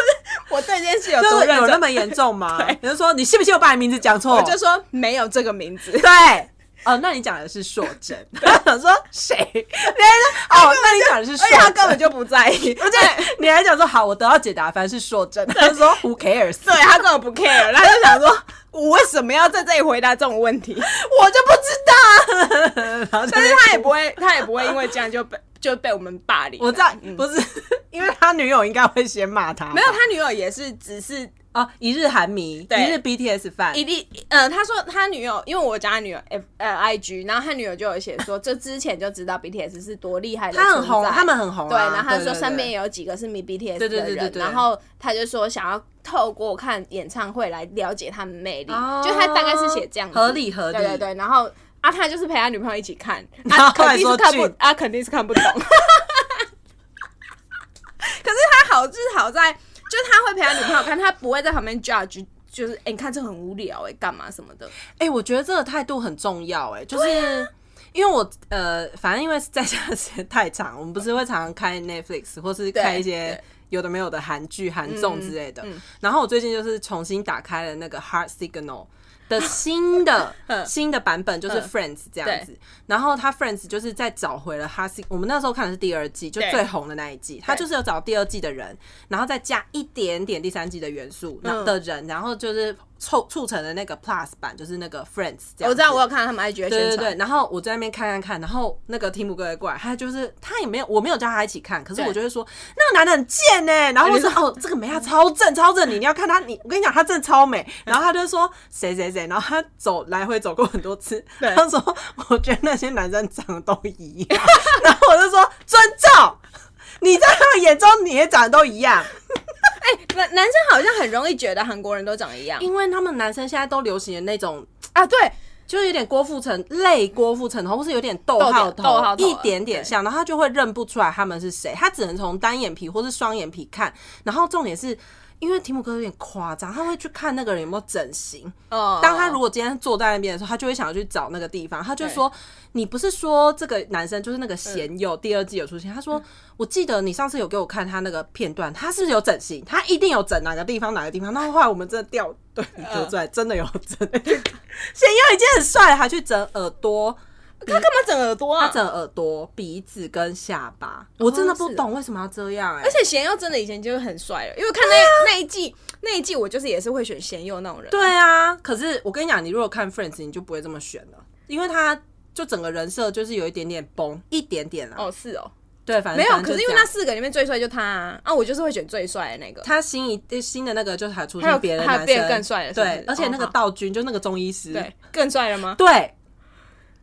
我对这件事有就多是认有那真，么严重吗 对？你就说你信不信我把你名字讲错？我就说没有这个名字。 对。哦，那你讲的是硕珍， 我想说谁？人家说哦，那你讲的是硕而且他珍，根本就不 在意，而且你还讲说好，我得到解答，反正是硕珍，他就说 Who cares？ 对他根本不 care，他就想说，我为什么要在这里回答这种问题？ 我就不知道、啊。然后就但是他也不会，他也不会因为这样就被就被我们霸凌。我知道，不是因为他女友应该会先骂他吧，没有，他女友也是只是哦，一日韩迷，对一日 BTS 饭，一定呃，他说他女友，因为我讲他女友 F 呃 IG，然后他女友就有写说，这之前就知道 BTS 是多厉害的存在，他很红，他们很红哦对，啊、然后他就说对身边也有几个是迷 BTS 的对对对人，对对然后他就说想要透过看演唱会来了解他们魅力，哦就他大概是写这样子，合理合理对对对，然后。啊，他就是陪他女朋友一起 看，然啊，后后肯来定是说看不俊，啊，肯定是看不 懂。可是他好是好在，就是他会陪他女朋友看，他不会在旁边 judge，就是哎、你看这很无聊哎、干嘛什么的。哎、我觉得这个态度很重要、哎，就是。啊因为我呃，反正因为在家的时间太长，我们不是会常常开 Netflix 或是看一些对有的没有的韩剧、韩综之类的。嗯嗯然后我最近就是重新打开了那个 Heart Signal，的新 的嗯新的版本，就是 Friends 这样子。然后他 Friends 就是再找回了哈斯，我们那时候看的是第二季，就对最红的那一季，他就是有找第二季的人，然后再加一点点第三季的元素那嗯的人，然后就是凑促成了那个 Plus 版，就是那个 Friends 这样子。我知道，我有看到他们 IG 的对宣对对，传，然后我在那边看看看，然后那个提姆哥也过来，他就是他也没有，我没有叫他一起看，可是对我就会说那个男的很贱呢、然后我说哦，这个美亚超正超正，你你要看他，你我跟你讲他真的超美，然后他就说谁谁谁，然后他走来回走过很多 次，对他说我觉得那些男生长得都一样， 然后我就说尊重。你在他们眼中你也长得都一样，哎、男男生好像很容易觉得韩国人都长一样因为他们男生现在都流行的那种啊，对，就是有点郭富城类郭富城头，或是有点逗号头，逗点逗号头一点点像，然后他就会认不出来他们是谁，他只能从单眼皮或是双眼皮看。然后重点是因为提姆哥有点夸张，他会去看那个人有没有整形。哦、当他如果今天坐在那边的时候，他就会想要去找那个地方。他就说：“你不是说这个男生就是嗯那个贤友，第二季有出现？”他说：“我记得你上次有给我看他那个片段，他是不是有整形？他一定有整哪个地方哪个地方。”那后来我们真的掉对嗯得出来，真的有整。 贤友已经很帅了，还去整耳朵。他干嘛整耳朵啊？嗯他整耳朵、鼻子跟下巴，我真的不懂为什么要这样哎、哦而且贤佑真的以前就是很帅了，因为我看那、那一季那一季，我就是也是会选贤佑那种人。啊对啊，可是我跟你讲，你如果看 Friends，你就不会这么选了，因为他就整个人设就是有一点点崩，一点点啊。哦，是哦，对，反正没有，反正可就是因为这样嗯那四个里面最帅就他啊，啊我就是会选最帅的那个。他新一新的那个就是还出还有现别的还有男变生更帅了是不是对，而且那个哦好道君就那个中医师，对，更帅 了吗？对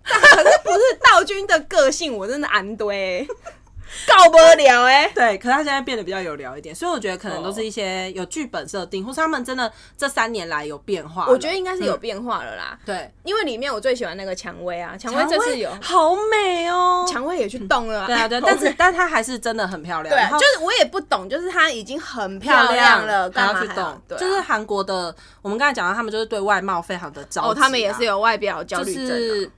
可是不是道君的个性，我真的安堆、 告不了哎、对，可是他现在变得比较有聊一点，所以我觉得可能都哦是一些有剧本设定，或是他们真的这三年来有变化了。我觉得应该是有变化了啦，对，因为里面我最喜欢那个蔷薇啊，蔷薇这次有蔷薇，好美哦，蔷薇也去动了、啊，对啊，对，但是但她还是真的很漂亮。 对然啊，后就是我也不懂，就是她已经很漂漂亮了，还干要嘛去还要动，对啊、就是韩国的，我们刚才讲到，他们就是对外貌非常的着急、哦，他们也是有，有外表焦就虑症、啊是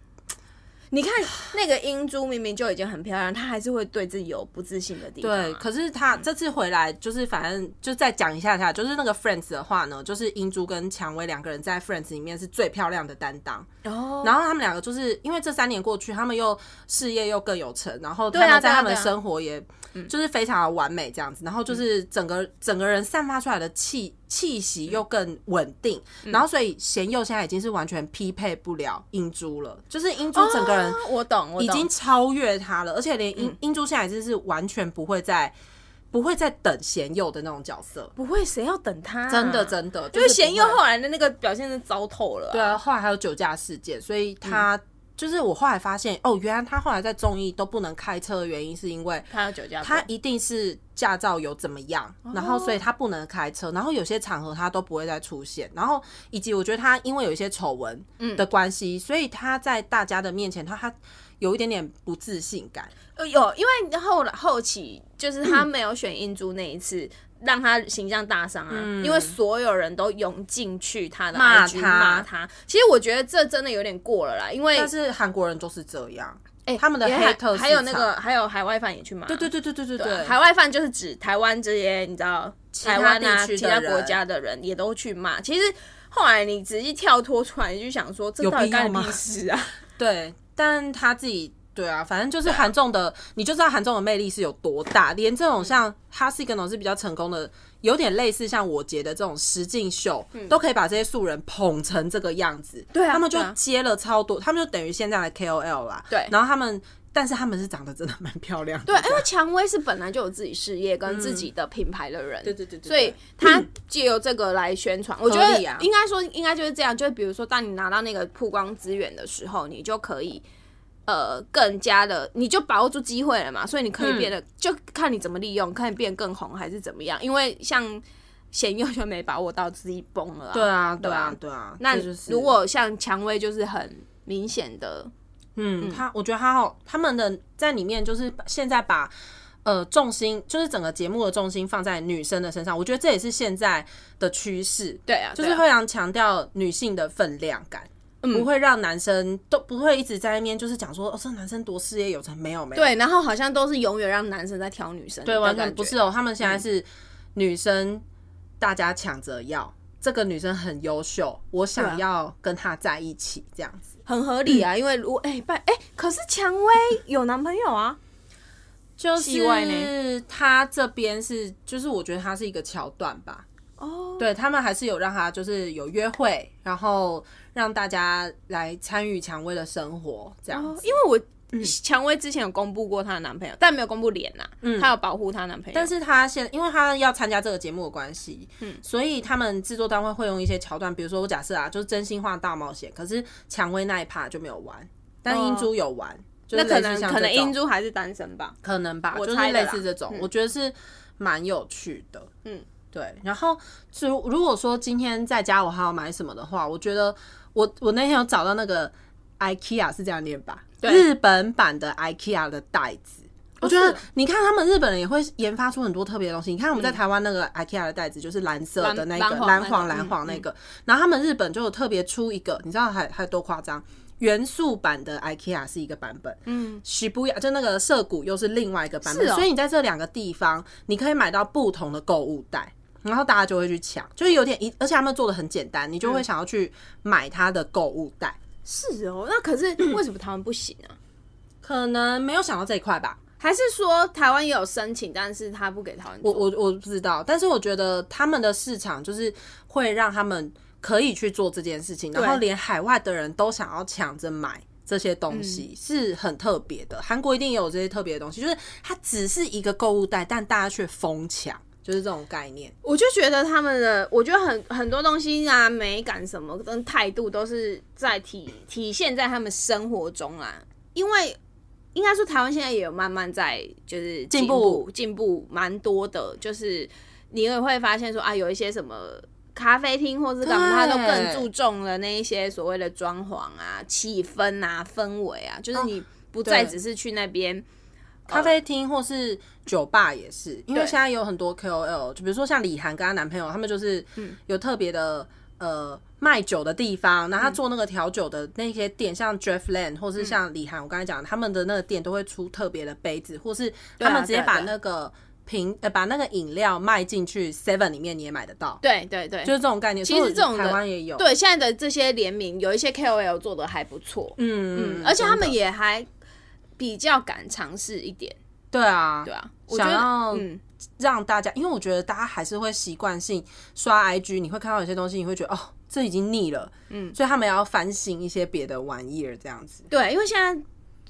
你看那个英珠明明就已经很漂亮，她还是会对自己有不自信的地方啊、对。可是他这次回来，就是反正就再讲一下下，就是那个 Friends 的话呢，就是英珠跟蔷薇两个人在 Friends 里面是最漂亮的担当。哦，然后他们两个就是因为这三年过去，他们又事业又更有成，然后他对们啊在对啊他们的对啊嗯生活也就是非常的完美这样子，然后就是整个整个人散发出来的气气息嗯又更稳定，然后所以贤佑现在已经是完全匹配不了英珠了，就是英珠整个人哦嗯我懂，我懂已经超越他了，而且连英英珠现在就是完全不会再不会再等贤佑的那种角色，嗯不会，谁要等她啊、真的真的就是贤佑后。后来的那个表现是糟透了啊、对啊，后来还有酒驾事件，所以他、就是我后来发现，哦，原来他后来在综艺都不能开车的原因，是因为他有酒驾过，他一定是驾照有怎么样，然后所以他不能开车，然后有些场合他都不会再出现，然后以及我觉得他因为有一些丑闻的关系，所以他在大家的面前，他他有一点点不自信感，呃有，因为后来后期就是他没有选英珠那一次。让他形象大伤啊！因为所有人都涌进去他的骂 IG 他骂他。其实我觉得这真的有点过了啦，因为但是韩国人就是这样，哎他们的也还黑特市还有那场个还有海外饭也去骂，对对对对对对对，海外饭就是指台湾这些，你知道，他台湾地啊，其区的他人国家的人也都去骂。其实后来你仔细跳脱出来，你就想说，这到底必要干你吗屁事啊？对，但他自己对啊，反正就是韩仲的，你就知道韩仲的魅力是有多大。连这嗯种像哈斯跟种是比较成功的，有点类似像我杰的这种实境秀，都可以把这些素人捧成这个样子。嗯对啊他们就对啊接了超多，他们就等于现在的 KOL 啦。对然后他们，但是他们是长得真的蛮漂亮的。对，啊因为蔷薇是本来就有自己事业跟自己的品牌的人，对对对对对所以他借由这个来宣传，我觉合得理啊应该说应该就是这样，就是比如说当你拿到那个曝光资源的时候，你就可以。呃，更加的，你就把握住机会了嘛，所以你可以变嗯得，就看你怎么利用，看你变更红还是怎么样。因为像贤佑就没把握到，自己崩了、啊。对啊，对啊啊，对啊。那这就是如果像蔷薇就是很明显的，嗯，他我觉得他好，他们的在里面就是现在把呃重心，就是整个节目的重心放在女生的身上，我觉得这也是现在的趋势，对啊，就对是啊嗯会让强调女性的分量感。不会让男生都不会一直在那边就是讲说哦，这男生多事业有成，没有没有，对，然后好像都是永远让男生在挑女生，嗯对，完全不是。哦。他们现在是女生，大家抢着要，这个女生很优秀，我对啊想要跟她在一起这样子。很合理啊，因为如哎拜哎，可是蔷薇有男朋友啊，就戏外是她这边是，就是我觉得她是一个桥段吧。哦，对他们还是有让她就是有约会，然后让大家来参与蔷薇的生活这样哦子。因为我蔷薇之前有公布过她的男朋友，但没有公布脸呐，啊她有保护她男朋友，但是她现，因为她要参加这个节目的关系，嗯所以他们制作单位会用一些桥段，比如说我假设啊，就是真心话大冒险，可是蔷薇那一趴就没有玩，但哦英珠有玩，就是那可类能似像可能这种英珠还是单身吧，可能吧，我就是猜的类啦似这种，嗯我觉得是蛮有趣的。嗯，对。然后，如如果说今天在家我还要买什么的话，我觉得我我那天有找到那个 IKEA 是这样念吧，对日本版的 IKEA 的袋子。我觉得是哦你看他们日本人也会研发出很多特别的东西。你看我们在台湾那个 IKEA 的袋子，就是蓝色的蓝那蓝个黄蓝那个黄蓝嗯黄那嗯个，然后他们日本就有特别出一个，你知道还还多夸张？元素版的 IKEA 是一个版本，嗯，喜不亚就那个涩谷又是另外一个版本，是哦所以你在这两个地方，你可以买到不同的购物袋，然后大家就会去抢，就是有点一，而且他们做的很简单，你就会想要去买它的购物袋，是哦，那可是为什么他们不行啊？可能没有想到这一块吧，还是说台湾也有申请，但是他不给台湾做？我我我不知道，但是我觉得他们的市场就是会让他们可以去做这件事情，对然后连海外的人都想要抢着买。这些东西是很特别的，韩国一定也有这些特别的东西，就是它只是一个购物袋，但大家却疯抢，就是这种概念。我就觉得他们的，我觉得很很多东西啊，美感什么跟态度都是在体体现在他们生活中啊。因为应该说台湾现在也有慢慢在就是进步步进步蛮多的，就是你也会发现说啊，有一些什么。咖啡厅或是干嘛，他对都更注重了那一些所谓的装潢啊、气氛啊、氛围啊，就是你不再对只是去那边咖啡厅或是酒吧也是，因为对现在有很多 KOL，就比如说像李涵跟她男朋友，他们就是嗯有特别的呃卖酒的地方，然后嗯他做那个调酒的那些店，像 Jeff Land 或是像李涵，我刚才讲他们的那个店都会出特别的杯子，或是他啊们直接对啊把对啊那个瓶呃把那个饮料卖进去 Seven 里面你也买得到，对对对，就是这种概念。其实所以我觉得这种的台湾也有，对，现在的这些联名，有一些 KOL 做的还不错，嗯嗯，而且他们真的也还比较敢尝试一点，对啊对啊，我觉想得要嗯，让大家，因为我觉得大家还是会习惯性刷 IG，你会看到有些东西，你会觉得哦，这已经腻了，嗯，所以他们也要反省一些别的玩意儿，这样子。对，因为现在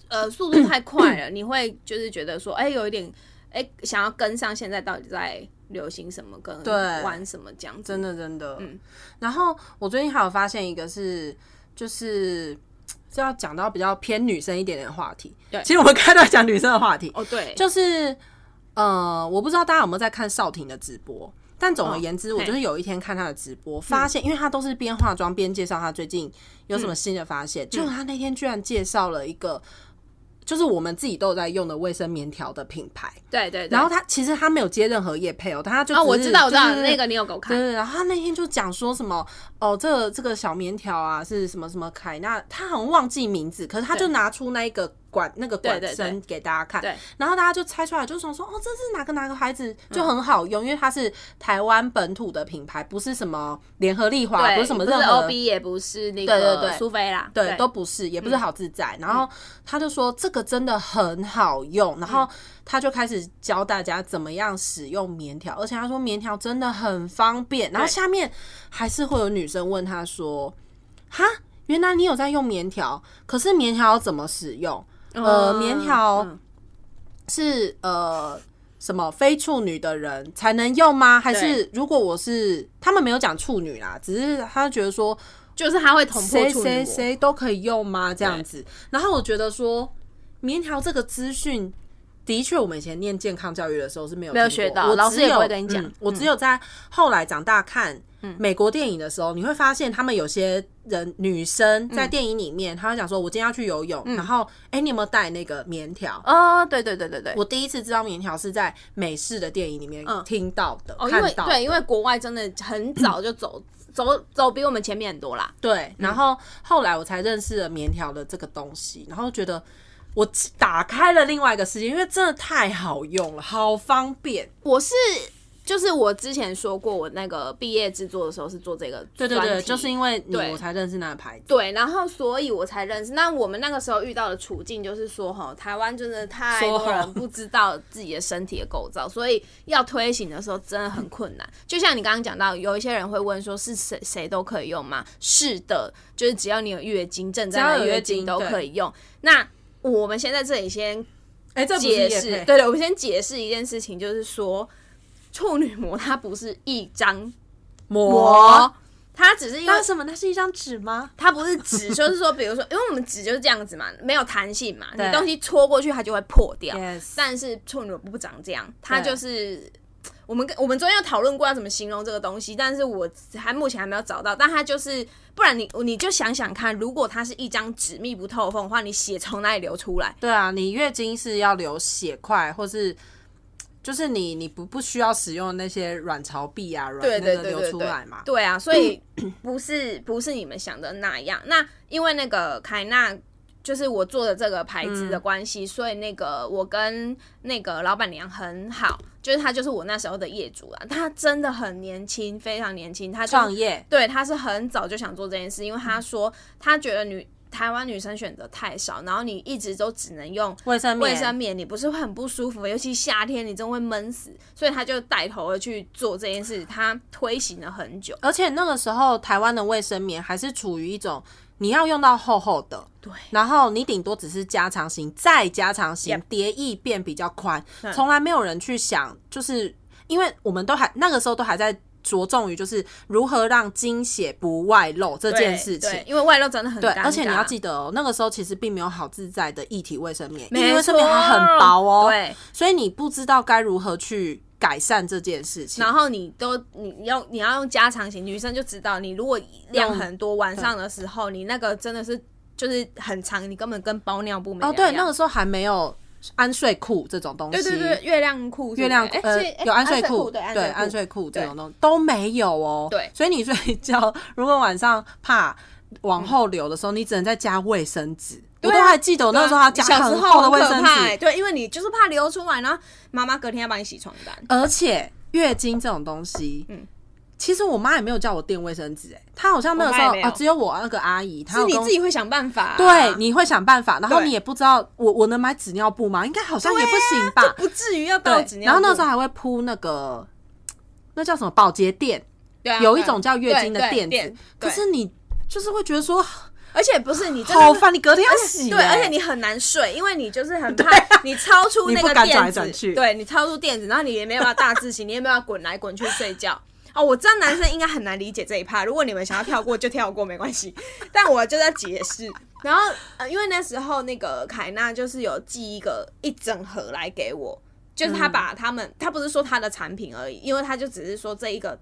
呃速度太快 了，你会就是觉得说，哎、有一点，哎、想要跟上现在到底在流行什么，跟对玩什么这样子，真的真的。嗯，然后我最近还有发现一个是，就是是要讲到比较偏女生一点点的话题。对其实我们刚才都在讲女生的话题，哦，对，就是呃，我不知道大家有没有在看少婷的直播。但总而言之，哦我就是有一天看她的直播，发现，因为她都是边化妆边介绍她最近有嗯什么新的发现，结果她那天居然介绍了一个，就是我们自己都有在用的卫生棉条的品牌。对对对，然后她其实她没有接任何业配哦，但她就啊，我只是知道，我知道、就是那个你有给我对看，对，然后他那天就讲说什么哦，这个这个小棉条啊是什么什么凯纳，他好像忘记名字，可是他就拿出那一个管那个管对对身给大家看，对然后大家就猜出来，就想说哦，这是哪个哪个牌子，嗯就很好用，因为它是台湾本土的品牌，不是什么联合利华，对，不是什么任不是何 OB 也不是那对对个对苏菲啦，对，都不是，也不是好自在。然后他就说这个真的很好用，然后他就开始教大家怎么样使用棉条，而且他说棉条真的很方便。然后下面还是会有女生问他说：“哈，原来你有在用棉条，可是棉条要怎么使用？呃，嗯棉条嗯是呃。”什么非处女的人才能用吗？还对是如果我是他们没有讲处女啦，只是他觉得说就是它会捅破谁处谁女膜，谁都可以用吗？这样子。然后我觉得说，棉条这个资讯，的确我们以前念健康教育的时候是没有没有听过学到我只老师也不会有跟你讲嗯我只有在后来长大看。美国电影的时候，你会发现他们有些人女生嗯在电影里面，她会讲说：“我今天要去游泳，然后哎、你有没有带那个棉条？”哦，对对对对对，我第一次知道棉条是在美式的电影里面听到的、哦，因看为到的对，因为国外真的很早就走走走比我们前面很多啦。对，然后后来我才认识了棉条的这个东西，然后觉得我打开了另外一个世界，因为真的太好用了，好方便。我是就是我之前说过，我那个毕业制作的时候是做这个对专题，对对，就是因为你对我才认识那个牌子，对，然后所以我才认识。那我们那个时候遇到的处境就是说，哈，台湾真的太说多人谎不知道自己的身体的构造，所以要推行的时候真的很困难。就像你刚刚讲到，有一些人会问说，是谁谁都可以用吗？是的，就是只要你有月经，正在只要来有月月经经都对可以用。那我们先在这里先哎，这不是业解释，配，对对，我们先解释一件事情，就是说，处女膜它不是一张膜膜，，它只是因为那什么？那是一张纸吗？它不是纸，就是说，比如说，因 为我们纸就是这样子嘛，没有弹性嘛，你对东西戳过去它就会破掉。 Yes 但是处女膜不长这样，它对就是我们跟我们昨天有讨论过要怎么形容这个东西，但是我还目前还没有找到。但它就是，不然你你就想想看，如果它是一张纸密不透风的话，你血从哪里流出来？对啊，你月经是要流血块，或是就是你你不不需要使用那些卵巢壁啊，卵对对那个对流对出对来嘛。对啊，所以不是不是你们想的那样。那因为那个凯纳。就是我做的这个牌子嗯的关系，所以那个我跟那个老板娘很好，就是她就是我那时候的业主啊，她真的很年轻，非常年轻，她就是创业，对，她是很早就想做这件事，因为她说她觉得女台湾女生选择太少，然后你一直都只能用卫生棉卫生棉，你不是会很不舒服，尤其夏天你真的会闷死，所以他就带头的去做这件事，他推行了很久。而且那个时候台湾的卫生棉还是处于一种你要用到厚厚的，对然后你顶多只是加长型，再加长型 Yep，嗯叠翼变比较宽，从来没有人去想，就是因为我们都还那个时候都还在着重于就是如何让经血不外露这件事情。对因为外露真的很对，尴尬，而且你要记得哦，那个时候其实并没有好自在的一体卫生棉，一没体卫生棉还错很薄哦，对，所以你不知道该如何去改善这件事情。然后你都你要你要用加长型，女生就知道你如果量很多，晚上的时候你那个真的是就是很长，你根本跟包尿布没哦，对，两那样个时候还没有安睡裤这种东西，对对对，月亮裤是不是，月亮哎呃所以哎有安睡睡裤，对对安安睡裤这对种东西都没有哦。对所以你睡觉如果晚上怕往后流的时候，你只能再加卫生纸。我对都啊还记得我那时候要加小时很候厚的卫生很可怕欸纸，对，因为你就是怕流出来，然后妈妈隔天要帮你洗床单。而且月经这种东西，嗯其实我妈也没有叫我垫卫生纸，哎，她好像那个时我候妈也没有啊，只有我那个阿姨，她是有你跟我自己会想办法、啊，对，你会想办法，然后对你也不知道我我能买纸尿布吗？应该好像也不行吧，不至于要到纸对，尿然布。后那时候还会铺那个那叫什么保洁垫，对啊有一种叫月经的对对垫垫子，可是你就是会觉得说而且不是你真的好是烦，你隔天要洗欸、啊对，而且你很难睡，因为你就是很怕你超出你那个不敢转垫来子转，去对你超出垫子，然后你也没有办法大字型，你也没有办法滚来滚去睡觉。哦，我知道男生应该很难理解这一趴，如果你们想要跳过就跳过，没关系。 但我就在解释，然后呃，因为那时候那个凯纳就是有寄一个一整盒来给我，就是嗯他把他们，他不是说他的产品而已，因为他就只是说这一个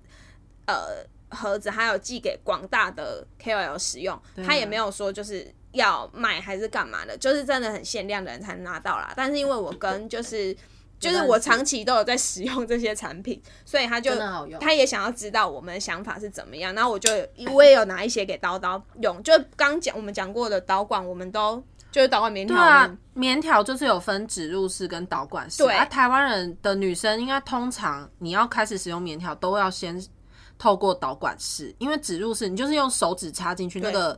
呃盒子，还有寄给广大的 KOL 使用，对啊他也没有说就是要卖还是干嘛的，就是真的很限量的人才能拿到啦。但是因为我跟就是就是我长期都有在使用这些产品，所以他就真的好用他也想要知道我们的想法是怎么样，然后我就我也有拿一些给叨叨用，就刚讲我们讲过的导管，我们都就是导管棉条，对啊，棉条就是有分植入式跟导管式。对啊，台湾人的女生应该通常你要开始使用棉条，都要先透过导管式，因为植入式你就是用手指插进去，对那个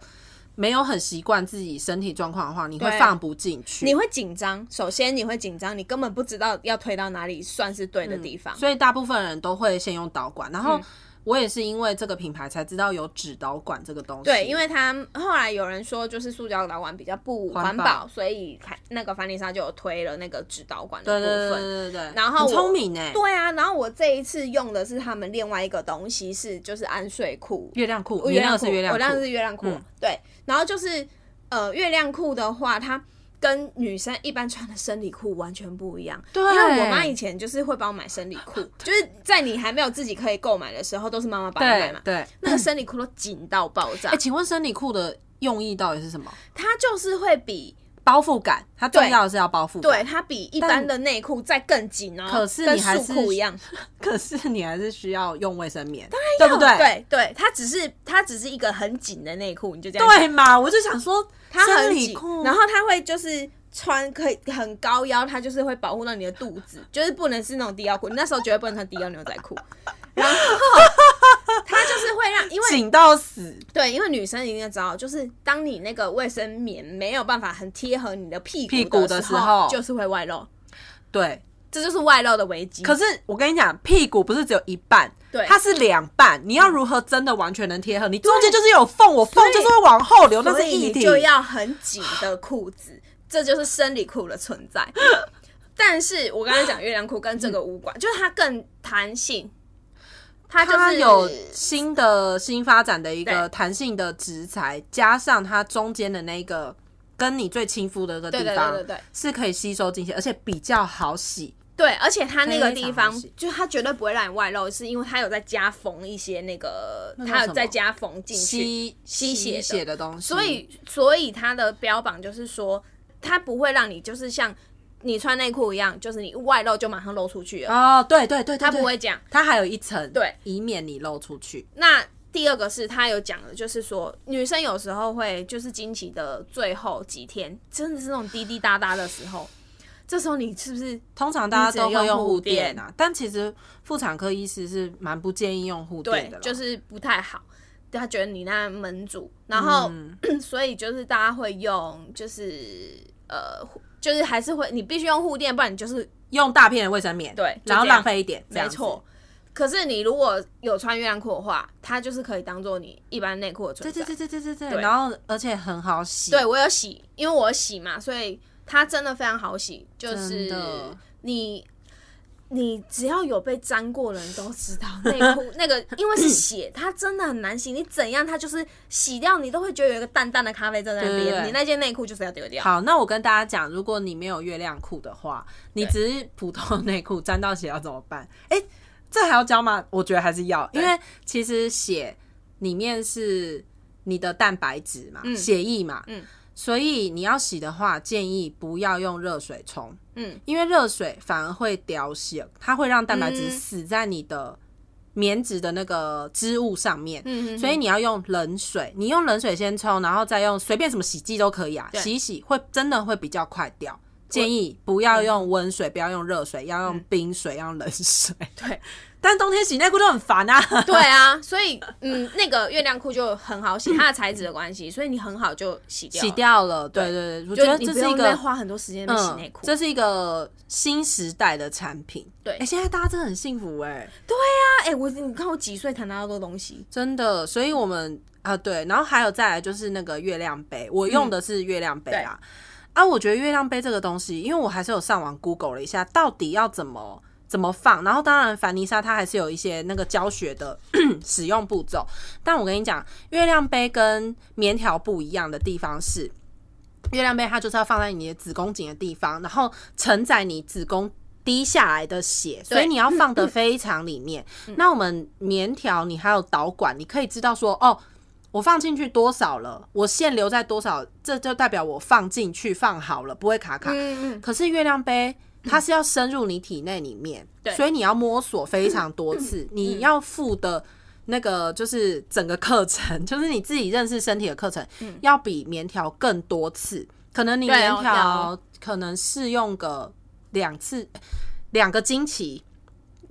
没有很习惯自己身体状况的话，你会对放不进去。你会紧张，首先你会紧张，你根本不知道要推到哪里算是对的地方。嗯所以大部分人都会先用导管。然后我也是因为这个品牌才知道有纸导管这个东西。对，因为他后来有人说，就是塑胶导管比较不环环保保，所以凯那个凡妮莎就有推了那个纸导管的对部对对分。对对对，然后很我聪明哎、对啊，然后我这一次用的是他们另外一个东西，是就是安睡裤，月亮裤，我你那个是月亮我裤，那个是月亮裤，嗯对。然后就是呃，月亮裤的话，它跟女生一般穿的生理裤完全不一样。对因为我妈以前就是会帮我买生理 裤，就是在你还没有自己可以购买的时候，都是妈妈帮你买对嘛。对。那个生理裤都紧到爆炸哎、，请问生理裤的用意到底是什么？它就是会比包覆感，它重要的是要包覆对感。它比一般的内裤再更紧哦，可是跟你还束是裤一样，可是你还是需要用卫生棉，对不对？对对，它只是它只是一个很紧的内裤，你就这样想对嘛，我就想说，它生很理紧裤，，然后它会就是穿可以很高腰，它就是会保护到你的肚子，就是不能是那种低腰裤。你那时候绝对不能穿低腰牛仔裤，然 后它就是会让，因为紧到死，对，因为女生一定知道，就是当你那个卫生棉没有办法很贴合你的屁屁股股的的时时候，候就是会外露，对。这就是外露的危机。可是我跟你讲，屁股不是只有一半，对它是两半。你要如何真的完全能贴合？你中间就是有缝，我缝就是会往后哦流，那所是以一你体。就要很紧的裤子， 这就是生理裤的存在。 但是我刚才讲月亮裤跟这个无关，就是它更弹性，它就是嗯它有新的新发展的一个对弹性的植材，加上它中间的那个跟你最亲肤的那个对地对对方，对对是可以吸收进去，而且比较好洗。对，而且它那个地非常方好洗就它绝对不会让你外露，是因为它有在加缝一些那个，那叫它什有么在加缝进去，吸吸血的血的东西，所以所以它的标榜就是说，它不会让你就是像你穿内裤一样，就是你外露就马上露出去了，哦，对对对，对它不，对会讲。它还有一层，对，以免你漏出去。那第二个是他有讲的，就是说女生有时候会就是经期的最后几天，真的是那种滴滴答答的时候，这时候你是不是通常大家都你只能会用用护护垫垫啊，但其实妇产科医师是蛮不建议用护对垫的，啦，就是不太好？他觉得你那门主，然后、嗯 所以就是大家会用，就是呃，就是还是会你必须用护垫，不然你就是用大片的卫生棉，对就然后这样浪费一点，这没样子错。。可是你如果有穿月亮裤的话，它就是可以当做你一般内裤的对存在。对对对对对对，啊对然后而且很好洗，对我有洗，因为我有洗嘛，所以它真的非常好洗，就是真的你。你只要有被沾过的人都知道，内裤那个因为是血，它真的很难洗。你怎样，它就是洗掉，你都会觉得有一个淡淡的咖啡色在那对对边。对你那件内裤就是要丢掉。好，那我跟大家讲，如果你没有月亮裤的话，你只是普通的内裤沾到血要怎么办？哎、这还要教吗？我觉得还是要，因为其实血里面是你的蛋白质嘛，血液嘛，嗯所以你要洗的话，建议不要用热水冲，嗯，因为热水反而会掉血，它会让蛋白质嗯死在你的棉质的那个织物上面，嗯所以你要用冷水，你用冷水先冲，然后再用随便什么洗剂都可以啊，对洗一洗会真的会比较快掉。建议不要用温水，不要用热水，要用冰水，要用冷水。对但冬天洗内裤都很烦啊。对啊，所以嗯，那个月亮裤就很好洗，它的材质的关系，所以你很好就洗掉了。洗掉了，对对对，我觉就得你这不是一用再个花很多时间在那边洗内嗯，裤。啊这是一个新时代的产品。对哎，现在大家真的很幸福哎、哎、我你看我几岁才拿到这个东西？真的，所以我们啊对，然后还有再来就是那个月亮杯，我用的是月亮杯啦。啊，我觉得月亮杯这个东西，因为我还是有上网 Google 了一下，到底要怎么怎么放。然后当然，凡妮莎她还是有一些那个教学的使用步骤。但我跟你讲，月亮杯跟棉条不一样的地方是，月亮杯它就是要放在你的子宫颈的地方，然后承载你子宫滴下来的血，所以你要放得非常里面。那我们棉条，你还有导管，你可以知道说，哦，我放进去多少了，我线留在多少，这就代表我放进去放好了，不会卡卡。嗯嗯，可是月亮杯它是要深入你体内里面，对嗯所以你要摸索非常多次，你要付的。那个就是整个课程， 就是你自己认识身体的课程，要比棉条更多次。可能你嗯对棉哦要条可能试用个两次，两个经期，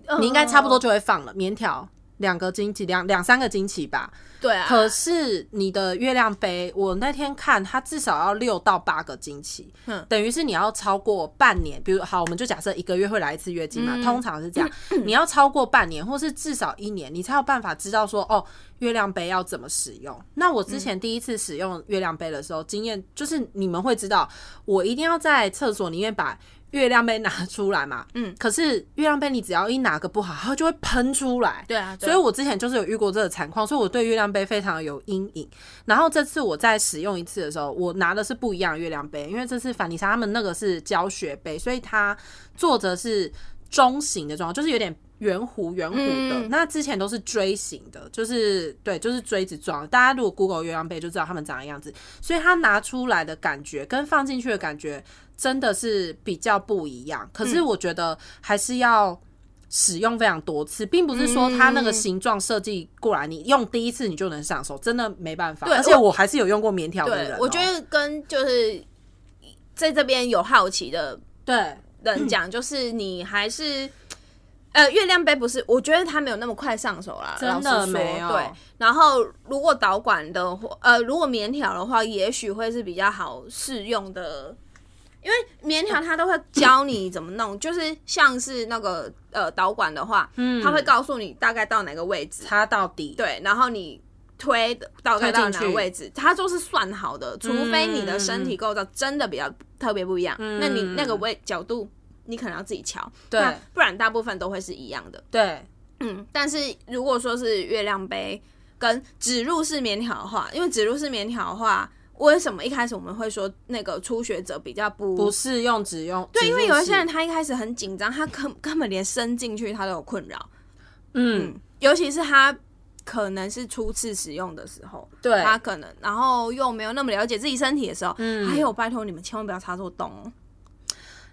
嗯你应该差不多就会放了。棉条两个经期，两两三个经期吧。对啊。可是你的月亮杯，我那天看它至少要六到八个经期，嗯等于是你要超过半年。比如好，我们就假设一个月会来一次月经嗯嘛，通常是这样。你要超过半年，或是至少一年，你才有办法知道说哦，月亮杯要怎么使用。那我之前第一次使用月亮杯的时候，经验就是你们会知道，我一定要在厕所里面把。月亮杯拿出来嘛，嗯，可是月亮杯你只要一拿个不好，它就会喷出来，对啊，对所啊以我之前就是有遇过这个惨况，所以我对月亮杯非常有阴影。然后这次我在使用一次的时候，我拿的是不一样的月亮杯，因为这次凡妮莎他们那个是教学杯，所以它作者是中型的状况，就是有点。圆弧圆弧的，嗯那之前都是锥形的，就是对，就是锥子状的。大家如果 Google 月亮杯就知道它们长的样子，所以它拿出来的感觉跟放进去的感觉真的是比较不一样。可嗯是我觉得还是要使用非常多次，并不是说它嗯那个形状设计过来，你用第一次你就能上手，真的没办法。对哦而且我还是有用过棉条的人哦、对，我觉得跟就是在这边有好奇的对，人讲，就是你还是。呃，月亮杯不是，我觉得它没有那么快上手啦，真的老实说没有对，然后如果导管的话，呃，如果棉条的话，也许会是比较好适用的，因为棉条它都会教你怎么弄，就是像是那个呃导管的话，嗯，它会告诉你大概到哪个位置，擦到底。对，然后你推大推概到哪进个去嗯位置，它都是算好的，除非你的身体构造真的比较特别不一样，那你那个位角度你可能要自己瞧，嗯对那不然大部分都会是一样的。对嗯，但是如果说是月亮杯跟植入式棉条的话，因为植入式棉条的话，为什么一开始我们会说那个初学者比较不不适用只用。对，只因为入有一式些人，他一开始很紧张，他根根本连伸进去他都有困扰，嗯，尤其是他可能是初次使用的时候，对他可能然后又没有那么了解自己身体的时候，还有拜托你们千万不要插错洞哦。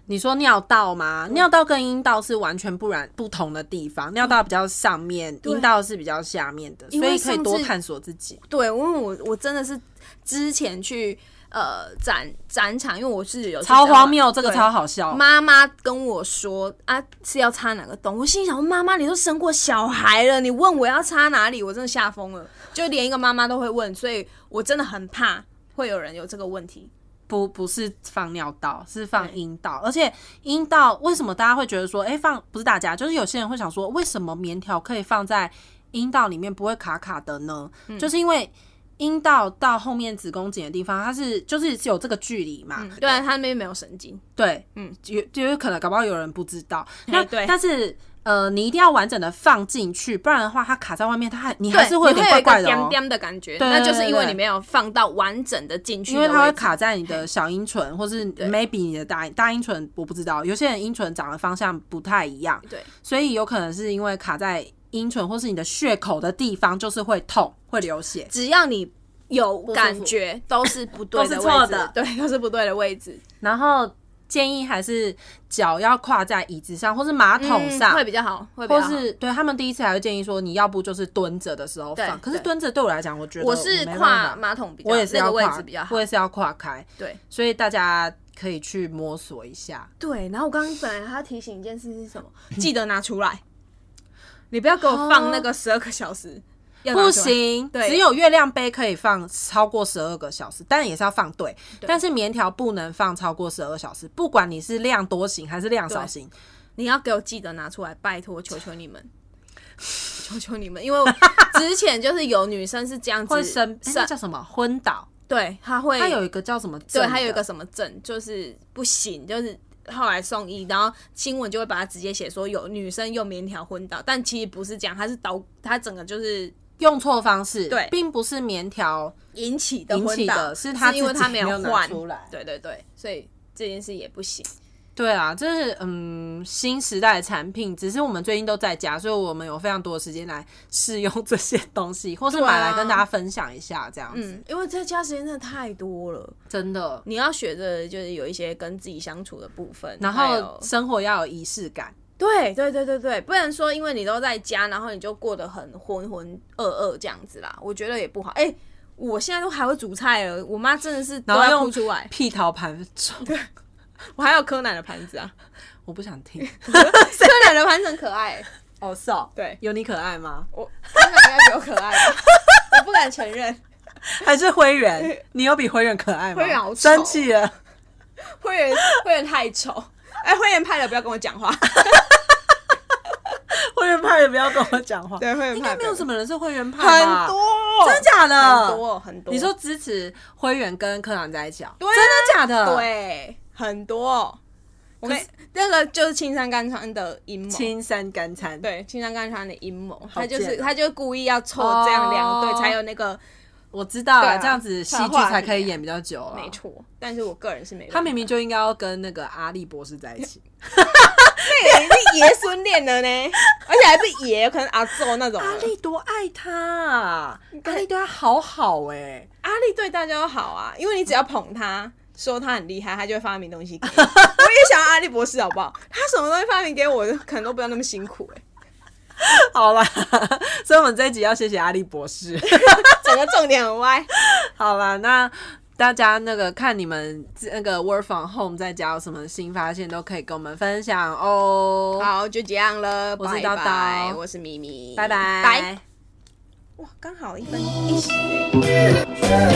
你说尿道嗯吗？尿道跟阴道是完全不然不同的地方，尿道比较上面，阴道是比较下面的，因所为以可以上多次探索自己。对，因为我我真的是之前去呃展展场，因为我是有去超展荒览谬，这个对超好笑。妈妈跟我说啊，是要插哪个洞？我心里想说，妈妈，你都生过小孩了，你问我要插哪里，我真的吓疯了，就连一个妈妈都会问，所以我真的很怕会有人有这个问题。不不是放尿道，是放对阴道，而且阴道为什么大家会觉得说，哎、放不是大家，就是有些人会想说，为什么棉条可以放在阴道里面不会卡卡的呢？嗯就是因为阴道到后面子宫颈的地方，它是就是有这个距离嘛，嗯，对啊，他那边没有神经，对，嗯哎嗯，有就有可能搞不好有人不知道， 那对但是。呃，你一定要完整的放进去，不然的话，它卡在外面，它还你还对，是会有你点会有怪一个怪的、哦颠。颠的感觉，对对那就是因为对你没有放到完整的进去因的位为置，它会卡在你的小阴唇，或是 maybe 你的大大阴唇，我不知道。有些人阴唇长的方向不太一样，对，所以有可能是因为卡在阴唇或是你的血口的地方，就是会痛，会流血。只要你有感觉，都是不对的都是位错置，的对，都是不对的位置，然后建议还是脚要跨在椅子上，或是马桶嗯上，会比较好，会比较或好。是对他们第一次还会建议说，你要不就是蹲着的时候对放。可是对蹲着对我来讲，我觉得我是没办跨法，马桶比较，我也是那要个位跨，置比较好我。也是要跨开。对，所以大家可以去摸索一下。对，然后我刚刚本来他提醒一件事是什么？记得拿出来，你不要给我放那个十二个小时，要拿出来不，行，对只有月亮杯可以放超过十二个小时，但也是要放对。但是棉条不能放超过十二小时，不管你是量多型还是量少型，你要给我记得拿出来，拜托，求求你们， 求求你们，因 为我之前就是有女生是这样子会生、哎那叫什么昏倒？对，她会，它有一个叫什么症对，的？她有一个什么症，就是不行，就是。后来送医，然后新闻就会把它直接写说有女生用棉条昏倒，但其实不是这样，她是导，她整个就是用错方式，对并不是棉条引起的引昏起倒，的是他因为自己他没没有拿换出来对对对，所以这件事也不行。对啊，这是嗯新时代的产品，只是我们最近都在家，所以我们有非常多的时间来试用这些东西，或是对啊买来跟大家分享一下，这样子、嗯，因为在家时间真的太多了，真的。你要学着就是有一些跟自己相处的部分，然还后有生活要有仪式感，对对对对对，不能说因为你都在家，然后你就过得很浑浑噩噩这样子啦，我觉得也不好。哎、我现在都还会煮菜了，我妈真的是都然后要用哭出 来，屁桃盘装，我还有柯南的盘子啊，我不想听。 柯南的盘子很可爱、哦，是哦，对有你可爱吗？我柯南应该比我可爱吧，我不敢承认。还是灰 原？你有比灰原可爱吗？灰原好丑生气了， 会员会员太丑，哎，会员派的不要跟我讲话。灰原派的不要跟我讲话。对，会员应该没有什么，么人是灰原派吧很，多，真假的？很多很多。你说支持灰原跟柯南在一起哦？对啊真的假的？。对，很多。我们可是那个就是青山刚昌的阴谋，青山干餐，对，青山刚昌的阴谋，好他就是贱哦他就故意要凑这样两哦对才有那个我知道对了，啊这样子戏剧才可以演比较久啊。没，错，但是我个人是没办法。他明明就应该要跟那个阿笠博士在一起，那个是爷孙恋了呢， 而且还是爷，可能阿宙那种的。阿笠多爱他啊，阿笠对他好好哎，阿力对大家都好啊，因为你只要捧他，说他很厉害，他就会发明东西 给你。我也想要阿力博士，好不好？他什么东西发明给我，可能都不要那么辛苦哎、好啦， 所以我们这一集要谢谢阿笠博士。整个重点很歪。好啦，那大家那个看你们那个 work from home 在家有什么新发现，都可以跟我们分享哦。好，就这样了，我是拜叨拜，叨我是咪咪，拜拜，拜。哇，刚好一分一十欸。